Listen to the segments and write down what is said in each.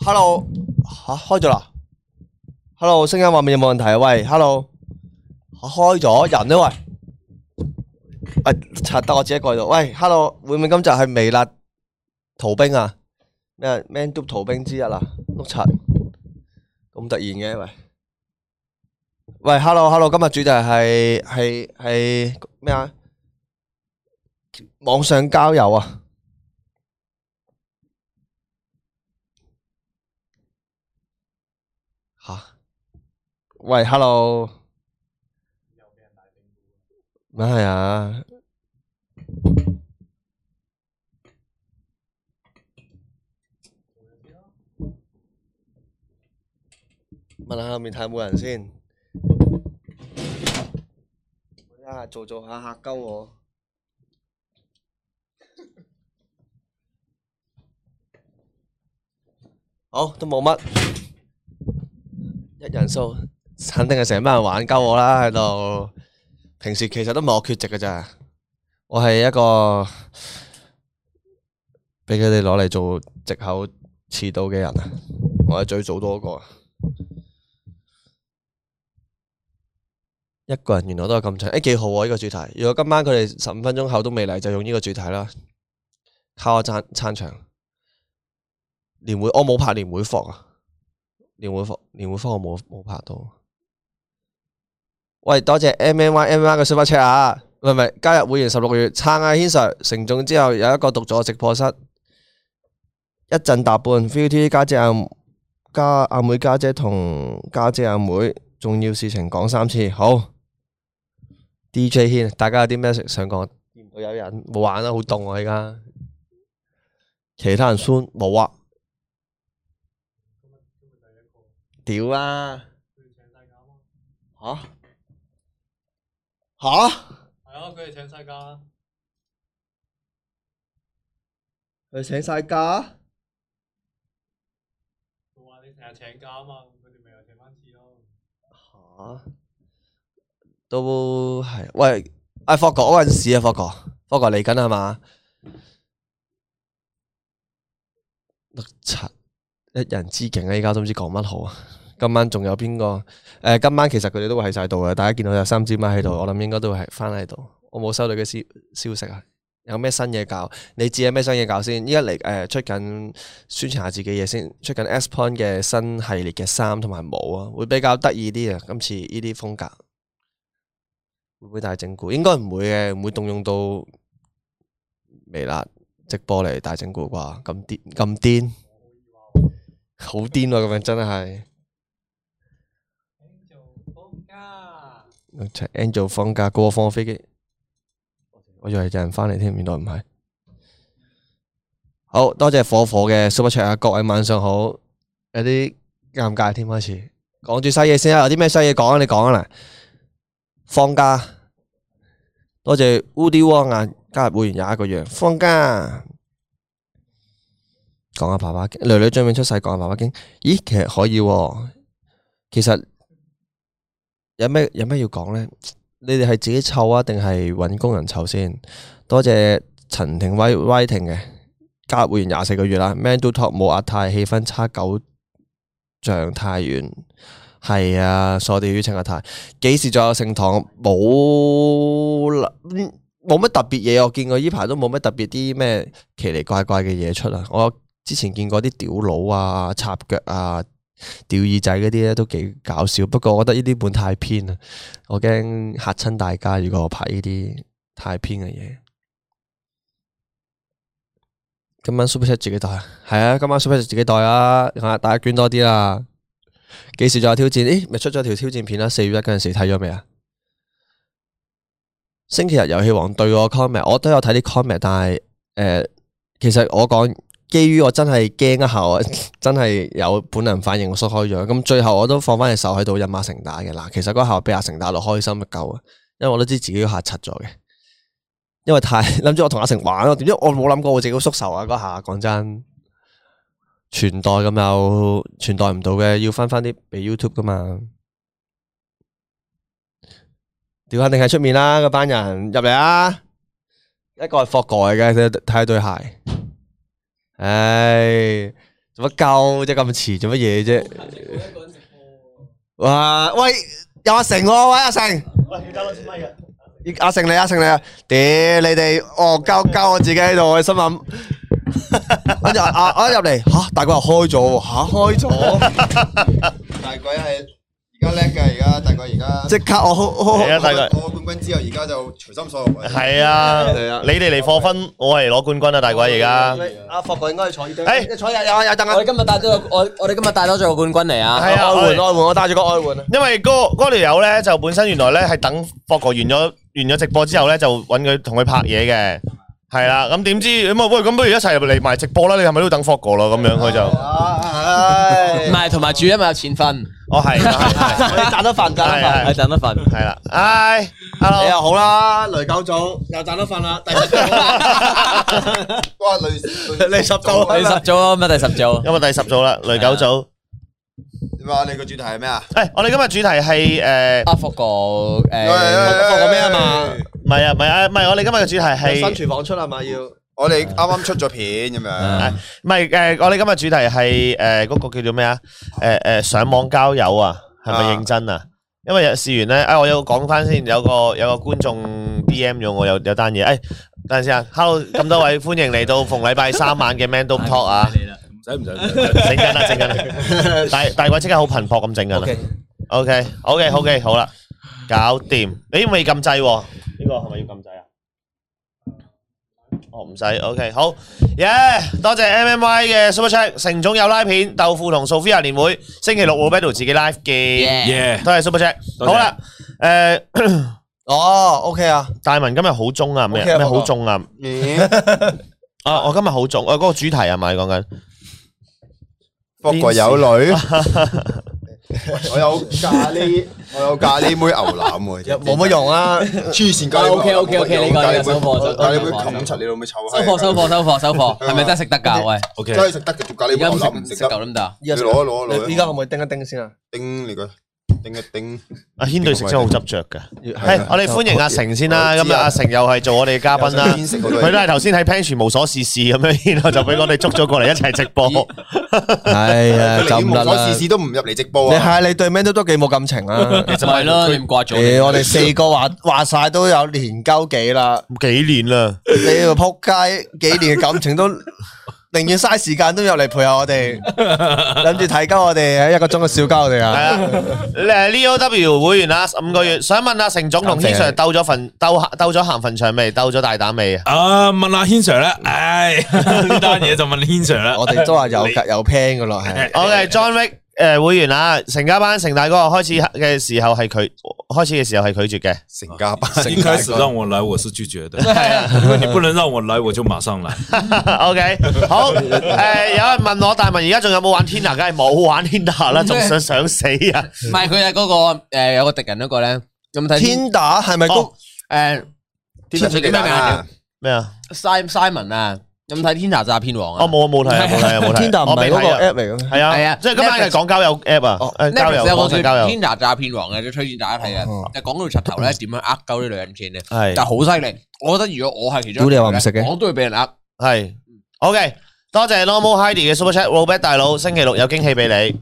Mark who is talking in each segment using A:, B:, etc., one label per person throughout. A: Hello，吓、開咗啦？Hello，聲音畫面有冇問題啊？喂，Hello，吓、開咗人呢？喂，喂，柒得我自己一個喺度。喂，Hello，會唔會今集係微辣逃兵啊？咩 Man d o 逃兵之一啊？碌柒咁突然嘅喂，喂，Hello，Hello，今日主題係係係咩啊？網上交友啊！吓？喂，hello，咩系啊？問下後面睇有冇人先。我一下做做下嚇鳩我。好，都冇乜。一人數肯定係成班人玩鳩我啦喺度。平時其實都唔係我缺席嘅咋，我係一個俾佢哋攞嚟做藉口遲到嘅人啊！我係最早多個啊，一個人原來都係咁長，誒、幾好喎、呢、個主題。如果今晚佢哋十五分鐘後都未嚟，就用呢個主題啦，靠我撐撐場。年會我冇拍年會服啊！年會科年會科我冇冇拍到。喂，多謝 M N Y M Y 嘅 super chat 啊！唔係唔係，加入會員十六個月，撐阿軒 Sir 成眾之後有一個獨咗直播室，一陣搭半 Feel T 家姐阿家阿妹家姐同家姐阿妹，重要事情講三次，好。D J 軒，大家有啲咩想講？見唔到有人冇玩啦，好凍啊而家。其他人酸冇啊。屌啊！吓吓，佢請晒假，吓都係喂，阿霍哥嗰陣時啊，霍哥，霍哥嚟緊啊係嘛？六七一人之境啊！依家都唔知講乜好啊！今晚仲有邊個？诶、今晚其實佢哋都會喺晒度嘅，大家見到有三支咪喺度，我諗應該都會係翻喺度。我冇收到嘅消消息啊！有咩新嘢搞？你知有咩新嘢搞先？依家嚟诶出緊宣傳下自己嘢先，出緊 S Point 嘅新系列嘅衫同埋帽啊，會比較得意啲啊！今次呢啲風格會唔會大整蠱？應該唔會嘅，唔會動用到微辣直播嚟大整蠱啩？咁癲咁癲，好癲喎！咁樣真係〜Check Angel 放假，個個放我飛機，我以為有人翻嚟添，原來唔係。好多謝火火嘅 Super Chat 啊！各位晚上好，有啲尷尬添開始，講住西嘢先啊！有啲咩西嘢講啊？你講啊嗱，放假，多謝 Woody Wong 啊，加入會員廿一個月，放假。講下爸爸經，女女將面出世，講下爸爸經。咦，其實可以喎、其實有咩有咩要講呢？你哋係自己湊啊，定係揾工人湊先？多謝陳庭威 writing 嘅加入會員廿四個月啦。Man do talk 冇壓太，氣氛差九丈太遠。係啊，傻地魚清阿太，幾時再有聖堂？冇啦，嗯冇乜特別嘢。我見過呢排都冇乜特別啲咩奇奇怪怪嘅嘢出啊。我之前見過啲屌佬啊、插腳啊、吊耳仔嗰啲咧都幾搞笑，不過我覺得呢啲本太偏啦，我驚嚇親大家。如果我拍呢啲太偏嘅嘢，今晚 super chat 自己袋，係啊，今晚 super chat 自己袋啊，嚇大家捐多啲啦。幾時再有挑戰？咦，咪出咗條挑戰片啦？啊四月一嗰陣時睇咗未啊？星期日遊戲王對我 comment，我都有睇啲 comment，但係诶、呃其實我講基於我真係驚一下我 真係有本能反應，我縮開咗。咁最後我都放翻隻手喺度任阿成打嘅。嗱，其實嗰下俾阿成打到開心就夠啊，因為我都知自己嗰下柒咗嘅。因為太 諗住我同阿成玩咯，點知我冇諗過我自己會縮手啊！嗰下講真，傳代咁又傳代唔到嘅，要翻翻啲俾 YouTube 噶嘛。屌，肯定係出面啦！嗰班人入嚟啊！一個係霍蓋嘅，睇睇下對鞋。唉，做乜鳩啫？咁遲做乜嘢啫？
B: 一個人直播。
A: 哇！喂，有阿成喎，喂阿成，
C: 喂，要加多千米嘅，
A: 阿成你，阿成你啊！屌你哋，哦，交交我自己喺度，我心諗，跟住阿阿阿一入嚟，吓大鬼又開咗喎，吓開咗，
D: 大鬼係而家叻嘅，而家大鬼而家
A: 即刻我好好
C: 係啊，大概
D: 攞冠軍之後，而家就隨心所欲。
C: 係啊，
A: 係啊
C: 你哋嚟課分，我係攞冠軍啊，大鬼而家。
A: 阿霍哥應該要坐呢
C: 哎
A: 張，坐有有有凳啊
B: 我！哋今日帶咗個我我哋今日帶多咗個冠軍嚟啊！
C: 係啊
A: 外
C: 我哋
A: 援外援，我帶住個外援啊！
C: 因為嗰嗰條友咧，就本身原來咧係等霍哥完咗完咗直播之後咧，就揾佢同佢拍嘢嘅，係啦。咁點知咁啊？喂，咁不如一齊嚟埋直播啦！你係咪都等霍哥咯？咁樣佢就，
B: 唔係，同埋主因為有錢分，
C: 哦係係
A: 我哋賺得飯，賺得
C: 係
A: 飯。
B: 係賺得分。
C: 係啦。唉
A: 你
C: ，hello，
A: 又好啦，雷九組又賺得飯啦，第十組
D: 哇，累累
A: 你十組
B: 第十組啊，乜第十組？
C: 今日第十組啦，雷九組。
D: 點啊？你個主題係咩啊？
C: 誒，我哋今日主題係誒，
B: 阿福哥
D: 喂喂
B: 誒，
D: 喂
A: 放個咩啊嘛？
C: 唔係啊，唔係啊，唔係我哋今日嘅主題係
A: 新廚房出係咪要？
D: 我哋啱啱出咗片咁樣，
B: 啊
C: 唔係誒，我哋今日主題係誒嗰個叫做咩啊？誒誒，上網交友啊，係咪
D: 啊
C: 認真啊？因為試完咧，啊我有講翻先，有個有個觀眾 D M 咗我有有單嘢，誒等陣先啊，Hello 咁多位，歡迎嚟到逢禮拜三晚嘅 Man Dom Talk 啊，
E: 唔使唔使唔使，
C: 整緊啦整緊啦，大大鬼即刻好頻撲咁整緊啦
A: OK
C: ，OK OK OK 好啦，搞掂，誒未撳掣喎，呢個係咪要撳掣啊？哦，唔使，OK，好，耶！多謝 MMY 嘅 Super Chat，成總有拉片，豆腐同 Sophia 年會，星期六 Roberto 自己 live 嘅，
B: Yeah
E: 耶！
C: 多謝 Super Chat。
E: 多謝
C: 好啦，誒，
A: 哦，OK 啊，
C: 大文今日好中啊，咩
A: OK 啊
C: 咩好
A: 我覺
C: 中啊？ 啊，我今日好中，啊嗰個主題係咪講緊？
D: 霍哥有女，我有咖喱，我有咖喱妹牛腩喎，
A: 又冇乜用啊！
D: 黐線咖喱妹。
B: OK，OK，OK，呢個
D: 咖喱妹
B: 呢個收貨收貨
D: 咖喱妹
B: 收貨
D: 冚柒你老味臭
B: 收
D: 閪。
B: 貨收貨收貨收貨，係咪真係食得㗎？喂，
E: OK，
D: 真係食得嘅，做咖喱
B: 而
D: 妹
B: 家
D: 牛
B: 唔
D: 腩唔食
B: 食食嚿
D: 得。
B: 都唔得啊！
D: 你攞啊攞啊攞啊！
A: 你依家可唔可以叮一叮先啊？
D: 叮你個叮一叮，
C: 阿軒對食真係好執着㗎。
D: 係
C: 係，我哋歡迎阿成先啦。
D: 我知
C: 咁
D: 啊
C: 啊，阿成又係做我哋嘅嘉賓啦。
D: 邊食我都
C: 佢都係頭先喺 Pantry 無所事事咁樣，然後就俾我哋捉咗過嚟一齊直播。
A: 哎呀，
D: 佢
A: 就
D: 連
A: 唔
D: 無
A: 得
D: 所
A: 啦
D: 事！事都唔入嚟直播
A: 你
D: 啊！
A: 係你對 Man 都都幾冇感情啊！
B: 咪咯，你唔掛咗
A: 誒，我哋四個話話晒都有年交幾啦，
C: 幾年啦？
A: 你個仆街幾年嘅感情都寧願嘥時間都入嚟陪下我哋，諗住睇鳩我哋喺一個鐘嘅笑鳩我哋
C: 係
A: 啊！
C: 啊，誒 Leo W 會員啊，五個月，想問阿成總同
A: 感謝
C: T Sir 鬥咗份鬥鬥咗行墳場未？鬥咗大膽未啊？
E: 啊，問阿軒 Sir 啦，唉， 呢單嘢就問軒 Sir 啦。
A: 我哋都話有
E: 你
A: 有 plan 噶咯，係
C: 哦 OK，John Wick 誒會員啊，成家班成大哥開始嘅時候係拒，開始嘅 時候係拒絕嘅。
D: 成家班，
E: 一开始让我来，我是拒绝的。你不能让我来，我就马上来。
C: OK，好誒，有人問我，大文而家仲有冇玩 Tina？梗係冇玩 Tina 啦，仲想想死啊！
B: 唔係佢係嗰個誒有個敵人嗰個咧，有冇睇先？
A: 天打係咪公
C: 哦
B: 誒
D: 天神出嚟
B: à.
D: 啦！
C: 咩啊？
B: Simon Simon à. 啊，有冇睇《天下詐騙王》
C: 我
B: 啊？
C: 冇冇睇啊，冇睇啊，冇睇啊。
A: 天打唔
C: 我
A: 係
C: 未
A: 嗰個
C: 睇啊。
A: app 嚟嘅咩？
C: 係啊，
B: 係啊
C: 即係今晚係
B: Netflix-
C: 講交友 app 啊
A: 哦，
C: 誒交
B: Netflix 有
C: 友，
B: 個
C: 網
B: 叫
C: 上交
B: 《
C: 友，
B: 天下詐騙王》嘅，都推薦大家睇嘅。就講到柒頭咧，點樣呃鳩啲女人錢咧，
C: 係
B: 但。係好犀利。我覺得如果我係其
A: 屌
B: 中一個
A: 你
B: 咧，
A: 又話唔食嘅
B: 我都會俾人呃。
C: 系，OK，多謝 Normal Heidi 嘅 Super Chat，Robert 大佬，星期六有驚喜俾你。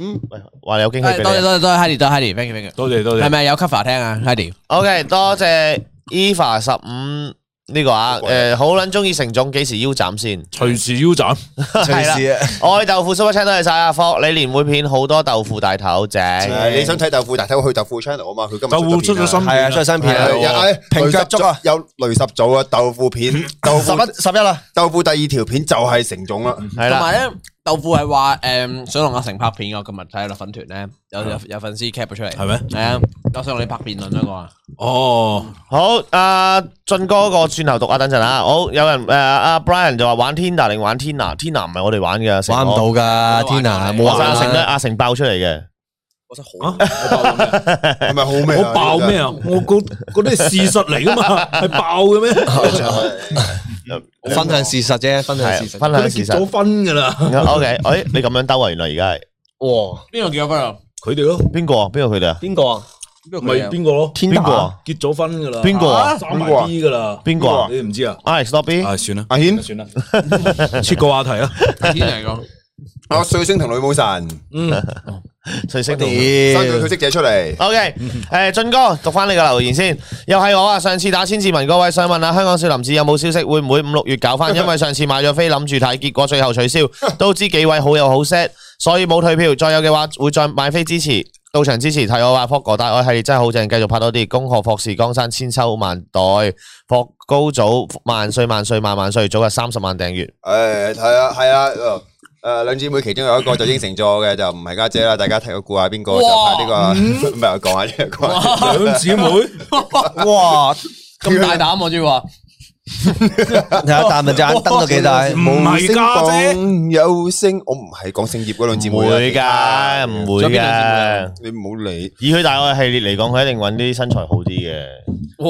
A: 嗯，
C: 喂，話你有驚喜
B: 誒
C: 俾
B: 多謝
C: 你。
B: 多謝多謝 Heidi，多謝 Heidi，thank you thank you。
E: 多謝多
B: 係
E: 謝。
B: 咪有 cover 聽啊，Heidi？
C: OK，多謝 Eva 十五呢個啊，诶，好撚中意成總，幾時腰斬先？
E: 隨時腰斬，
A: 隨
C: 係
A: 時啊！
C: 愛豆腐 Super Chat 多謝晒阿霍，你年會片好多豆腐大頭正。
D: 係你想睇豆腐，但係睇我去豆腐 channel 啊嘛，佢今日
E: 就會出咗新
D: 片
A: 係啊，
D: 啊。
A: 出
E: 片啦。
A: 新片啊
D: 係啊！有哎
A: 平腳足啊
D: 雷十組有雷十組啊，豆腐片，豆
A: 十
D: 腐
A: 一十一啦，
D: 豆腐第二條片就係成種啦，
C: 係
B: 同
C: 啦，
B: 埋咧，豆腐係話誒想同阿成拍片嘅，我今日睇落粉團咧，有有有粉絲 cap 咗出嚟。
E: 係咩？
B: 係啊，我想同你拍辯論嗰個啊。
E: 哦，
C: 好，阿俊哥個轉頭讀啊，等陣啊，好，有人诶，阿 Brian 就話玩 Tina 定玩 Tina，Tina 唔係我哋玩嘅，成
A: 玩唔
C: 我，
A: 到噶天啊，冇
C: 我阿成
A: 玩
C: 咧，
A: 啦。
C: 阿成爆出嚟嘅。
B: 我真好
E: 啊，我爆咩？
D: 係咪好咩？
E: 我爆咩？啊？我嗰嗰啲係事實嚟噶嘛，係爆嘅咩？
D: 啊
A: 分享事實啫，分享事
C: 係
A: 實。
C: 分
E: 佢
C: 享
E: 哋
C: 事
E: 結
C: 實
E: 咗。婚噶啦，
C: O K，诶，你咁樣兜啊？原來而家係
A: 哇，
B: 邊個叫我 friend？
E: 佢哋咯，
C: 邊個啊？邊個佢哋啊？
A: 邊個啊？
B: 邊
E: 咪
B: 個叫
E: 邊個咯？
A: 天
C: 邊個
A: 打
C: 啊？
E: 結咗婚噶啦，
C: 邊個啊
E: 生埋 B 噶啦，
C: 邊個啊
E: 你唔知啊？
D: À,
C: ？Alex Lobby，
E: 啊，算啦，
D: 阿軒
E: 算啦，切個話題啊。
B: 天嚟講？
D: 我水星同女武神，刪
C: 瑞星同
D: 咗佢色者出嚟。
C: O K，诶，俊哥讀翻你嘅留言先，又係我啊！上次打千字文嗰位想問下香港少林寺有冇消息，會唔會五六月搞翻？因為上次買咗飛諗住睇，結果最後取消，都知幾位好友好 sad，所以冇退票。再有嘅話會再買飛支持。到場支持睇我話霍哥大愛系列真係好正，繼續拍多啲。恭賀霍氏江山千秋萬代，霍高祖萬歲萬歲萬萬歲，早日三十萬訂閱。
D: 诶，系啊，系啊，诶、兩姊妹其中有一個就應承咗嘅，就唔係家姐啦，大家睇我估下邊個就拍呢個， 唔係我講下呢個，講下
E: 两姊妹，
A: 哇！
B: 咁大膽 我仲要話，
A: 睇下大文隻眼瞪到幾大，
E: 唔係家姐，
D: 有星，我唔係講姓葉嗰兩姊
C: 唔
D: 妹
C: 會
D: 啊
C: 㗎，唔會
B: 仲有邊兩姊妹啊
C: 㗎。
D: 你唔好理，
C: 以佢大愛系列嚟講，佢一定揾啲身材好啲嘅。
E: 哇！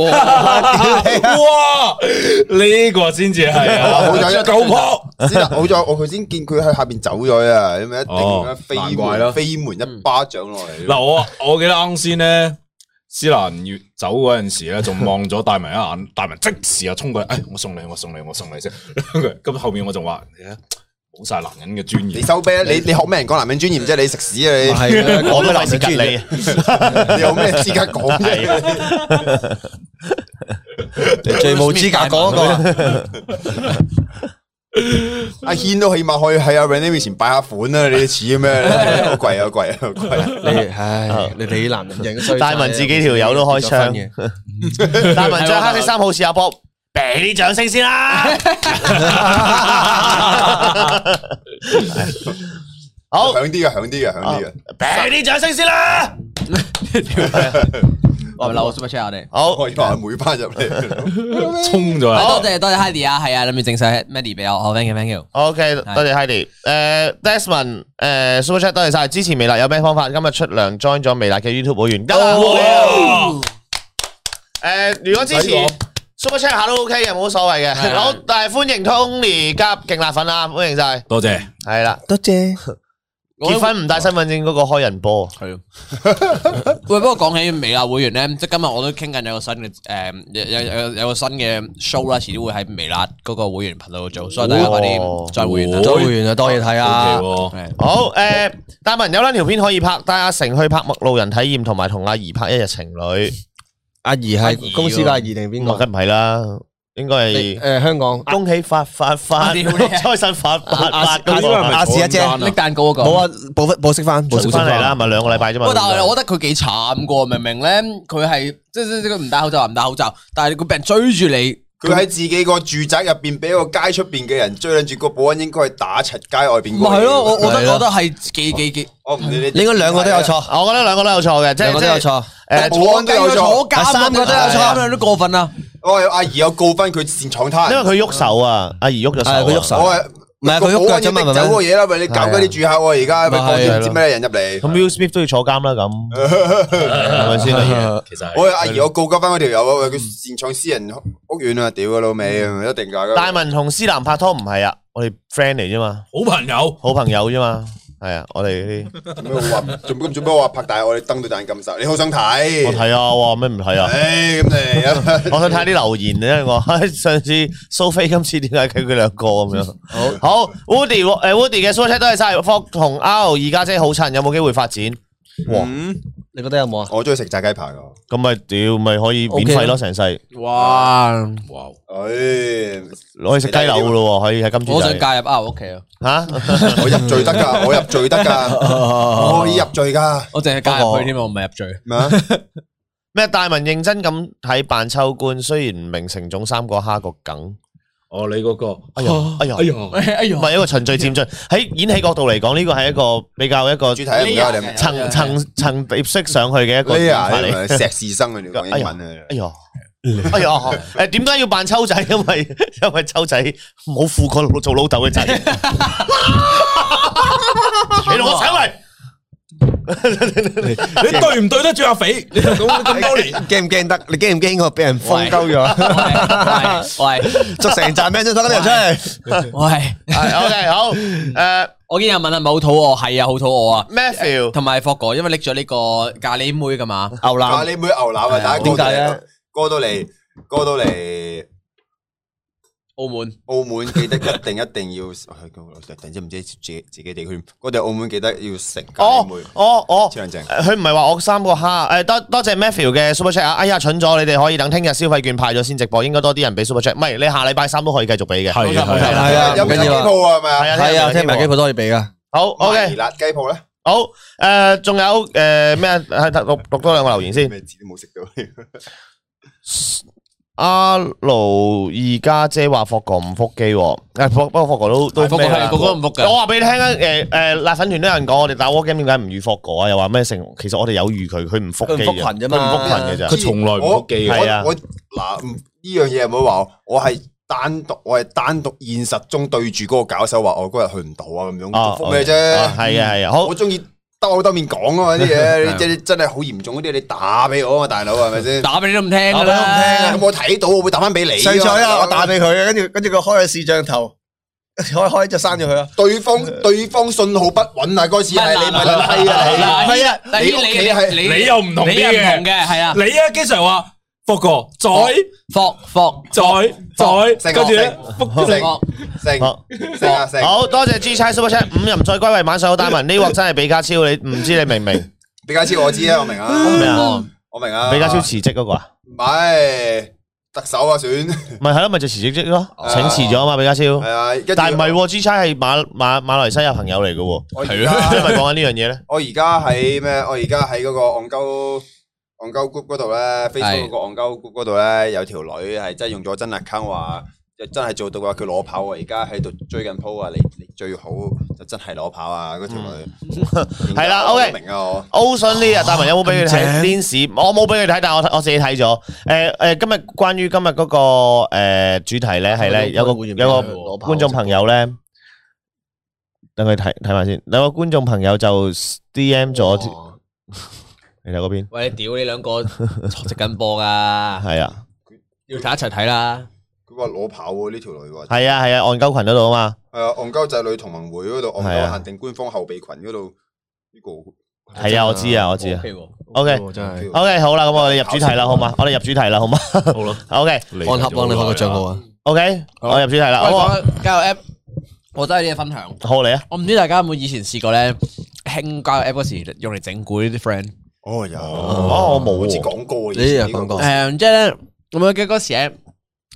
E: 呢個先至係
D: 哇好
E: 啊，
D: 有
E: 九婆，
D: 知啦，好在我 佢先見佢喺下邊走咗啊，咁樣一定咁樣
E: 哦
D: 飛
E: 難怪嗯啦
D: 門飛門一巴掌落嚟。
E: 嗱，我我记得啱先咧，思蘭越走嗰陣時咧，仲望咗大文一眼， 大文即時就衝過嚟，诶，我送你，我送你，我送你先。 咁後面我仲話，你睇冇晒男人嘅尊
D: 你
E: 嚴。
D: 收啤，你你學咩人講男人尊嚴啫？你食屎啊你！
A: 係啊
C: 我都
A: 講
C: 費事
A: 咩
C: 吉
A: 男
C: 你
A: 人。
D: 你有咩資格講啫？
C: 啊
A: 你最冇資格講嗰個。
D: 阿軒都起碼可以喺阿 Renee 面前擺下款啦，你似咩？ 好貴啊，好貴啊，好貴！
A: 你唉，你哋啲男人影衰晒啊。
C: 大文自己條友都開槍
A: 結咗婚嘅
C: 大文着黑色衫好似阿 Bob，俾啲掌聲先啦。 好，
D: 響啲嘅，響啲嘅，響啲嘅。
C: 俾啲掌聲先啦。啊
B: 我咪留 super chat 我哋。
C: 好，
D: 我以為阿妹翻入嚟，
E: 冲咗嚟，
B: 多謝多謝 Heidi 啊，係啊，諗住整晒 Mandy 俾我，好 thank you thank you。
C: OK，多謝 Heidi。诶，Desmond，诶，Super Chat 多謝晒支持微辣，有咩方法？今日出糧 join 咗微辣嘅 YouTube 會員，得
E: 啊
C: 啦。哦好嘢
E: 哇！
C: 诶，如果支持
E: 唔使講
C: Super Chat 下都 OK 嘅，冇乜所謂嘅。好，但係歡迎 Tony 加入勁辣粉啊，歡迎晒。
E: 多謝。
C: 係啦，
A: 多謝。
C: 結婚唔帶身份證嗰個開人波。啊
B: 系咯。 喂，不過講起微辣會員咧，即系今日我都傾緊有個新嘅诶、有有有有个新嘅 show 啦，遲啲會喺微辣嗰個會員頻道度做，所以大家快啲再會員啦。
E: 哦
A: 周會完啊，當然睇啊。
E: O
B: 係
C: 好诶，誒大文有兩條片可以拍，帶阿成去拍《陌路人體驗》，同埋同阿怡拍《一日情侶》。
A: 阿怡係公司嘅阿怡定邊
C: 咁啊，
A: 個？
C: 梗唔係啦，應該係
A: 誒香港
C: 恭喜發發發，
B: 啊屌你啊
C: 開心發發
A: 阿
C: 發咁
E: 個係咪
A: 阿
E: 坐
A: 視一姐
E: 緊單啊
B: 拎蛋糕嗰、個。
A: 冇啊，補補識翻，補識
C: 上翻
A: 翻
C: 嚟啦，。咪兩個禮拜啫嘛。
B: 喂，但係我覺得佢幾慘噶，明明咧佢係即即即佢唔戴口罩就唔戴口罩，但係佢俾人追住你，
D: 佢喺自己個住宅入邊，俾個街出邊嘅人追撚住個保安，應該係打柒街外邊嗰個。
B: 咪係咯？我我覺
A: 係
B: 得
A: 咯嗯
B: 我覺得係幾幾幾，
D: 我唔理你，啊
A: 應該兩個都有錯，
C: 我覺得兩個都有錯嘅，即係
A: 兩個都有。錯。
C: 誒
B: 但係坐
D: 保安都有
B: 監
D: 錯
B: 坐監
A: 三個都有錯
B: 咁樣都過分啦。
D: 我係阿怡有告翻佢擅闖他
C: 即係因
D: 人，
C: 為佢喐手啊，阿怡喐咗手啊，
A: 係佢喐手
D: 我係
A: 唔係啊佢喐腳啫嘛
D: 保安已經拎走個嘢啦，喂你搞緊啲住客喎，而家咪講啲唔知咩人入嚟。
C: 咁 Will Smith 都要坐監啦，咁係咪先啊？
E: 其實
D: 我阿怡，我告鳩翻嗰條友啊，喂佢擅闖私人屋苑啊，屌佢老味，一定㗎。
C: 大文同思南拍拖唔係啊，我哋 friend 嚟啫嘛，
E: 好朋友。
C: 好朋友啫嘛，係啊，我哋啲
D: 做咩我話做咩做咩我話拍大我哋燈對眼咁實，你好想睇？
C: 我睇啊，哇咩唔睇啊？
D: 唉，咁你啊
C: 我想睇啲留言咧，我 上次蘇菲今次點解佢佢兩個咁樣？好，Woody 誒 Woody 嘅 super chat 都係晒霍同 R 二家姐好襯，有冇機會發展？哇，
A: 你覺得有冇啊？
D: 嗯我中意食炸雞排噶，
C: 咁咪屌咪可以免費咯，成世
B: 哇！
E: 哇！
D: 唉，
C: 可以食雞柳噶咯喎，可以喺金
B: 我
C: 主
B: 想
C: 仔
B: 嫁入啊我屋企啊，
C: 嚇，
D: 我入罪得噶，我入罪得噶，我可以入罪噶，
B: 我淨係嫁入去添，我唔係入罪。
D: 咩啊？
C: 咩大文認真咁睇扮秋官，雖然唔明成總三個蝦個梗，
E: 哦，你嗰個，
C: 哎呀哎呀
E: 哎呀，
B: 哎呀
C: 唔係一個循序漸進喺演戲角度嚟講，呢個係一個比較一個
D: 主題唔該你唔
C: 層層層疊式上去嘅一個
D: 呢
C: 演
D: 啊，
C: 法嚟。
D: 你係碩士生啊，你講英文啊？
C: 哎呀，哎呀，诶，点解要扮秋仔？ 因为因为秋仔冇负过做老豆嘅仔。你同我扯埋，
E: 你對唔對得住阿肥？你咁咁多 年，
A: 驚唔驚得？你驚唔驚我俾人封鳩咗？
B: 喂喂
A: 捉成扎咩張相啲人出嚟？
B: 喂，
C: 係 OK 好。诶
B: 我見有人問係咪好肚餓，係啊，好肚餓啊。
C: ，Matthew
B: 同埋霍哥，因為拎咗呢個咖喱妹噶嘛，
A: 牛
D: 咖
A: 腩
D: 喱妹牛腩啊，大家
A: 點解咧
D: 過到嚟，過到嚟，過到嚟，
B: 澳門
D: 澳門記得一定一定要，哎突然之間唔知自己自己地區，嗰對澳門記得要食咖
C: 哦
D: 喱妹，
C: 哦哦，
D: 超撚正。
C: 佢唔係話我三個蝦，诶多多謝 Matthew 嘅 Super Chat 啊！哎呀蠢咗，你哋可以等聽日消費券派咗先直播，應該多啲人俾 Super Chat。唔係你下禮拜三都可以繼續俾嘅。
E: 係啊
C: 冇錯
E: 係啊
C: 冇錯
A: 係啊
D: 有冇
A: 唔緊要啊
D: 雞鋪啊？係咪啊？
A: 系啊，
C: 聽
A: 听埋
C: 日
A: 机
C: 有機會
A: 铺多你俾噶，
C: 好
D: 麻
C: ，OK，
D: 辣雞鋪咧，
C: 好诶，誒仲有诶咩啊？係讀讀讀多兩個留言先。
D: 咩字都冇食到。
C: 阿盧二家姐話霍哥唔腹肌喎，诶不不過霍哥都都
B: 福哥
C: 咩
B: 係
C: 啦
B: 個個都唔福
C: 我
B: 嘅，
C: 話俾你聽啊，诶诶辣粉團都有人講我哋打 war game 點解唔預霍哥啊？又話咩成？其實我哋有預佢，佢唔腹肌
A: 佢唔覆
C: 嘅，
A: 群啫
C: 啊佢
A: 嘛
C: 唔腹群嘅咋。
E: 佢從來唔
D: 我
E: 覆機
C: 嘅
D: 我
C: 係啊
D: 我嗱唔呢樣嘢唔好話我，我係單獨，我係單獨現實中對住嗰個搞手話我嗰日去唔到啊咁樣，
C: 哦
D: 復咩
C: 啊，
D: 啫？
C: 係啊係啊，好
D: 我。中意兜兜面講啊嘛啲嘢，你即係真係好嚴重嗰啲，你打俾我啊嘛，大佬係咪 先？
B: 打俾你都唔聽㗎
D: 咁
B: 啦。
D: 我睇到，我會打翻俾你。啊
F: 上
C: 哎
F: 咗啦，我打。俾佢嘅，跟住跟住佢開咗視像頭，開開就刪咗佢啦。
A: 啊
D: 對方對方信號不穩啊，嗰時係你咪撚閪啊
B: 嗱
D: 你。
F: 係啊
B: 嗱
D: 你
B: 呢
D: 屋企
B: 你
D: 係
E: 你又唔同啲
B: 你又唔同嘅，係啊，
E: 你啊，經常話霍哥在
B: 霍霍
E: 在在，跟住咧福
D: 成
B: 霍
C: 好
D: 成成啊成，
C: 好多謝 G 差 Super Chat 五人再歸位晚上好大文呢鑊真係比家超，你唔知你明唔明？
D: 比家超我知啊，我明
C: 咩
D: 啊，
C: 啊？
D: 我明啊。
C: 比家超辭職嗰個啊？
D: 唔係特首啊，選
C: 咪係咯，咪就辭職職咯，
D: 啊
C: 請辭咗啊嘛，比家
D: 係
C: 超。
D: 啊，跟住
C: 但係唔係喎，G 差係馬馬馬來西亞朋友嚟嘅喎，
D: 我 而
C: 你
D: 家
C: 咪講緊呢樣嘢咧？
D: 我而家喺咩？我而家喺嗰個戇鳩戇鳩 group 嗰度咧，Facebook 嗰個戇鳩 group 嗰度咧，有條女係真係用咗真 account 話，真係做到啊！佢攞跑啊！而家喺度追緊 po 啊！你你最好就真係攞跑啊！嗰條 女
C: 嗯係啦
D: 我
C: OK
D: 明啊我。
C: 歐信呢日大文有冇俾佢睇
A: 咁正
C: Lens？我冇俾佢睇，但係我我自己睇咗。誒誒，今日關於今日嗰個誒主題咧，係咧有個有個。观众朋友咧，等佢睇睇埋先。有个观众朋友就 D M 咗，你睇嗰边
B: 喂，屌你兩個直緊播㗎，
C: 系啊，
B: 要睇一齊睇啦。
D: 佢話攞跑喎呢條女話，
C: 系啊，系啊，岸鸠群嗰度啊
D: 係啊，戇鳩仔女同盟會嗰度，戇
C: 係啊
D: 鳩限定官方後備群嗰度呢個
C: 嘛，系啊，我知啊，我知啊
B: OK。喎
C: O K
A: 真系
C: O K，好啦，咁我哋入主题啦，好嘛？我哋入主题啦，好嘛
E: 好啦，
C: ？O K
A: 安合帮你开个账号啊，
C: O K，
B: 好
C: 我入主题啦，好
B: 喂，
C: 啊，
B: 講交友 app，我真係有啲嘢分享。
C: 好嚟啊！
B: 我唔知大家有冇以前試過咧，興交友 app 嗰時用嚟整蠱啲 friend。
D: 哦有，
C: 哦，我冇
D: 好似
C: 喎，
D: 講過嘅，
A: 你又講過
B: 誒，即係咧咁樣嘅嗰時咧，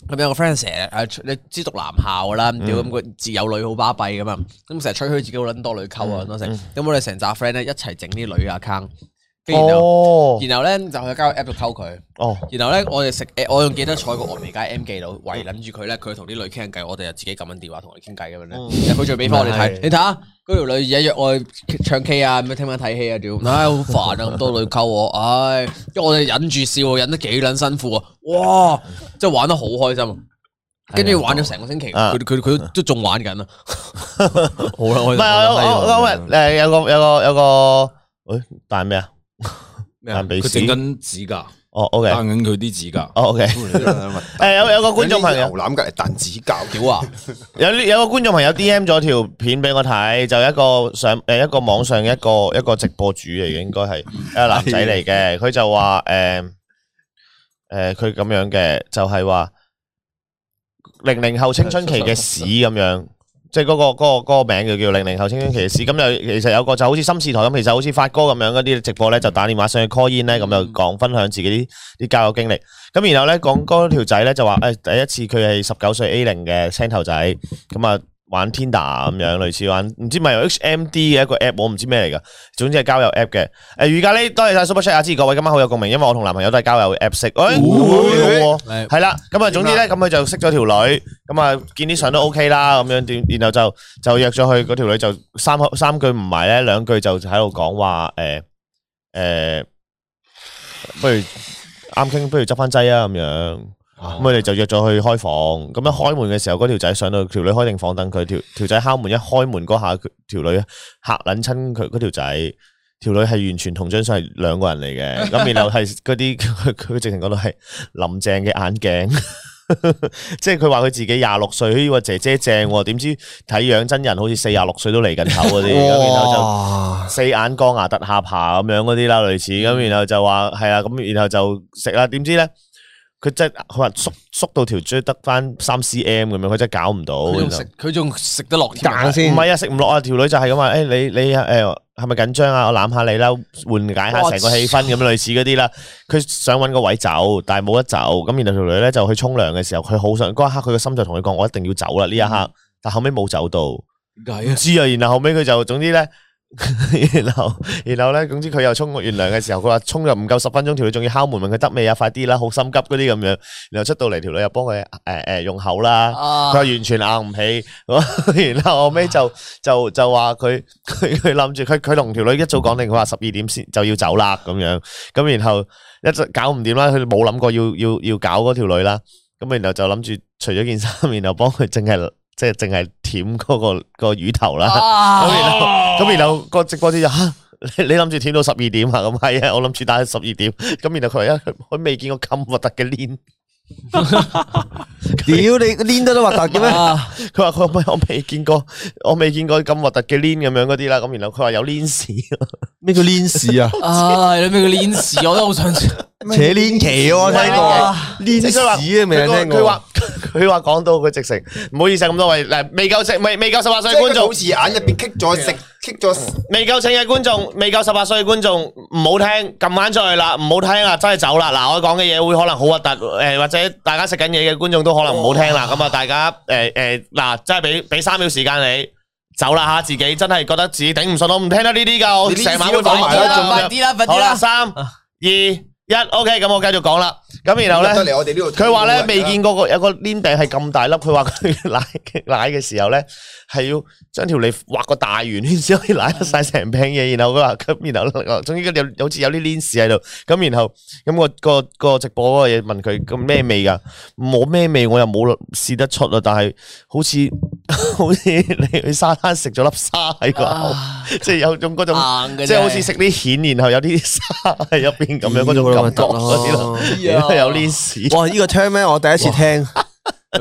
B: 咁有個 friend 成日誒，你知讀男校噶啦，
A: 嗯
B: 屌咁佢自有女好巴閉噶嘛，咁成日吹噓自己好撚多女溝
A: 嗯
B: 啊，多成，咁我哋成扎 friend 咧一齊整啲女 account，跟住然後
C: 哦
B: 然後咧就去交友 app 度溝佢。
C: 哦，
B: 然後咧，我哋食誒，我仲記得坐喺個峨眉街 M 記度圍撚住佢咧，佢同啲女傾緊偈，我哋就自己撳緊電話同佢傾偈咁樣
C: 哦
B: 咧。佢仲俾翻我哋睇，你睇下嗰條女而家約我去唱 K 啊，咩聽晚睇戲 啊，屌，唉好煩啊，咁多女溝我，唉，因為我哋忍住笑，啊忍得幾撚辛苦啊，哇，真係玩得好開心啊！跟住玩咗成個星期，
C: 啊
B: 佢佢佢都仲玩緊啊，
C: 唔系我我
B: 好啦，我
C: 我今日诶有個有個有個，诶彈咩啊？
A: 啊
C: 彈鼻
E: 佢
C: 屎
E: 整，緊指甲，
C: 哦 O K，
E: 彈
C: 哦
E: 緊佢啲指甲。
C: O K，诶有有個觀眾朋友
D: 牛。腩隔離彈指甲，
B: 屌啊，
C: 有呢有個觀眾朋友 D.M 咗條片俾我睇，就一個上誒一個網上一個一個直播主嚟嘅，應該係一個男仔嚟嘅。佢就話誒誒佢咁樣嘅，就係話零零後青春期嘅屎咁樣，即係嗰個嗰個嗰個名就叫零零後青春期嘅屎。咁就其實有個就好似心事台咁，其實好似發哥咁樣嗰啲直播咧，就打電話上去 call in 咧，咁就講分享自己啲啲交友經歷。咁然後咧講嗰條仔咧就話誒、第一次佢係十九歲 A 零嘅青頭仔。咁啊玩 Tinder 咁樣，類似玩唔知咪有 HMD 嘅一個 app，我唔知咩嚟噶。總之係交友 app 嘅。誒，瑜伽呢，多謝晒 Super Chat 啊！之各位今晚好有共鳴，因為我同男朋友都係交友 app 識。誒、哎，好喎
B: 係
C: 係啦，咁啊，總之咧，咁佢就識咗條女，咁啊，見啲相都 OK 啦，咁樣點，然後就就約咗佢嗰條女就三口三句唔埋咧，兩句就喺度講話誒誒，不如啱傾，不如執翻劑啊咁樣。咁佢哋就約咗去開房，咁一開門嘅時候，嗰條仔上到條女開定房等佢，條條仔敲門一開門嗰下，佢條女嚇撚親佢嗰條仔，條女係完全同張相係兩個人嚟嘅，咁然後係嗰啲 佢佢直情講到係林鄭嘅眼鏡。 即係佢話佢自己廿六歲，佢以為姐姐正喎，點知睇樣真人好似四廿六歲都嚟緊頭嗰啲，咁然後就
A: 哇，
C: 四眼光牙突下巴咁樣嗰啲啦，類似咁，然後就話係啊，咁然後就食啦。點知咧，佢真係佢話縮縮到條椎得翻三 cm 咁樣，佢真係搞唔到。
B: 佢仲
C: 然後
B: 食，佢仲食得落添啊。
A: 硬先
C: 唔係啊，食唔落啊！條女就係咁話，誒、你你誒係咪緊張啊？我攬下你啦，緩解下成個氣氛咁類似嗰啲啦。佢想揾個位走，但係冇得走。咁然後條女咧就去沖涼嘅時候，佢好想嗰一刻佢個心就同佢講：我一定要走啦！呢一刻，但後尾冇走到，唔
E: 點解啊？
C: 知啊。然後後尾佢就總之咧。然 後，然後咧，總之佢又沖完涼嘅時候，佢話沖咗唔夠十分鐘，條女仲要敲門問佢得未啊，快啲啦，好心急嗰啲咁樣。然後出到嚟，條女又幫佢誒誒用口啦，佢話
B: 啊，
C: 完全硬唔起， 然後後尾就就就話佢佢佢諗住佢佢同條女一早講定，佢話十二點先就要走啦咁樣，咁然後一直搞唔掂啦，佢冇諗過要要要搞嗰條女啦，咁然後就諗住除咗件衫， 然後幫佢淨係即係淨係舔嗰個個魚頭啦，
B: 啊
C: 咁然後咁然後個直播啲就吓。你你諗住舔到十二點啊？咁係啊，我諗住打到十二點，咁然後佢話一佢未見過咁核突嘅鏈，
A: 屌你黏得都核突 嘅咩？
B: 啊
C: 佢話佢喂我未見過，我未見過咁核突嘅 l 咁樣嗰啲啦。咁然後佢話有 lin 屎，
A: 咩叫黏屎啊？
B: 啊，你咩叫鏈匙？我都好想知。
A: 扯黏旗啊我聽過，黏
C: 即
A: 屎
C: 係話
A: 啊未聽
C: 佢
A: 過。
C: 話佢話講到佢直成唔好意思啊咁多位嗱，未夠食未未夠十八歲嘅觀眾
D: 好，似眼入边棘咗食，棘咗
C: 未夠請嘅觀眾，未夠十八歲嘅觀眾唔好聽，撳翻出去啦，唔好聽啦，真係走啦。嗱，我講嘅嘢會可能好核突，誒、或者大家食緊嘢嘅觀眾都可能唔好聽啦。咁啊，大家誒誒嗱，真係俾俾三秒時間你。走啦吓，自己真係覺得自己頂唔順，我唔聽得呢啲㗎，我
D: 你呢啲
C: 成晚
D: 都
C: 會
D: 講埋啦仲有
B: 快啲啦，快
C: 好
B: 啲
C: 啦，
B: 啦！
C: 三二一，OK，咁我繼續講啦。咁然後
D: 得
C: 咧，
D: 嚟我哋呢度。
C: 佢話咧未見過個有個黏頂係咁大粒，佢話佢 奶奶嘅時候咧係要將條脷畫個大圓圈先可以奶得晒成餅嘢。然後佢話咁，然後總之佢有好似有啲黏屎喺度。咁然後咁個個個直播嗰個嘢問佢咁咩味㗎？冇咩味，我又冇試得出啊。但係好似 好似你去沙灘食咗粒沙喺個口，即係有種嗰種。
B: 啊硬嘅
C: 即係
B: 係
C: 好似食啲蜆，然後有啲沙喺入邊咁樣嗰種
A: 屌
C: 感覺
A: 咪得咯
C: 嗰啲咯，
B: 哎
C: 有黏屎。
A: 哇！呢個 term 咧，我第一次聽。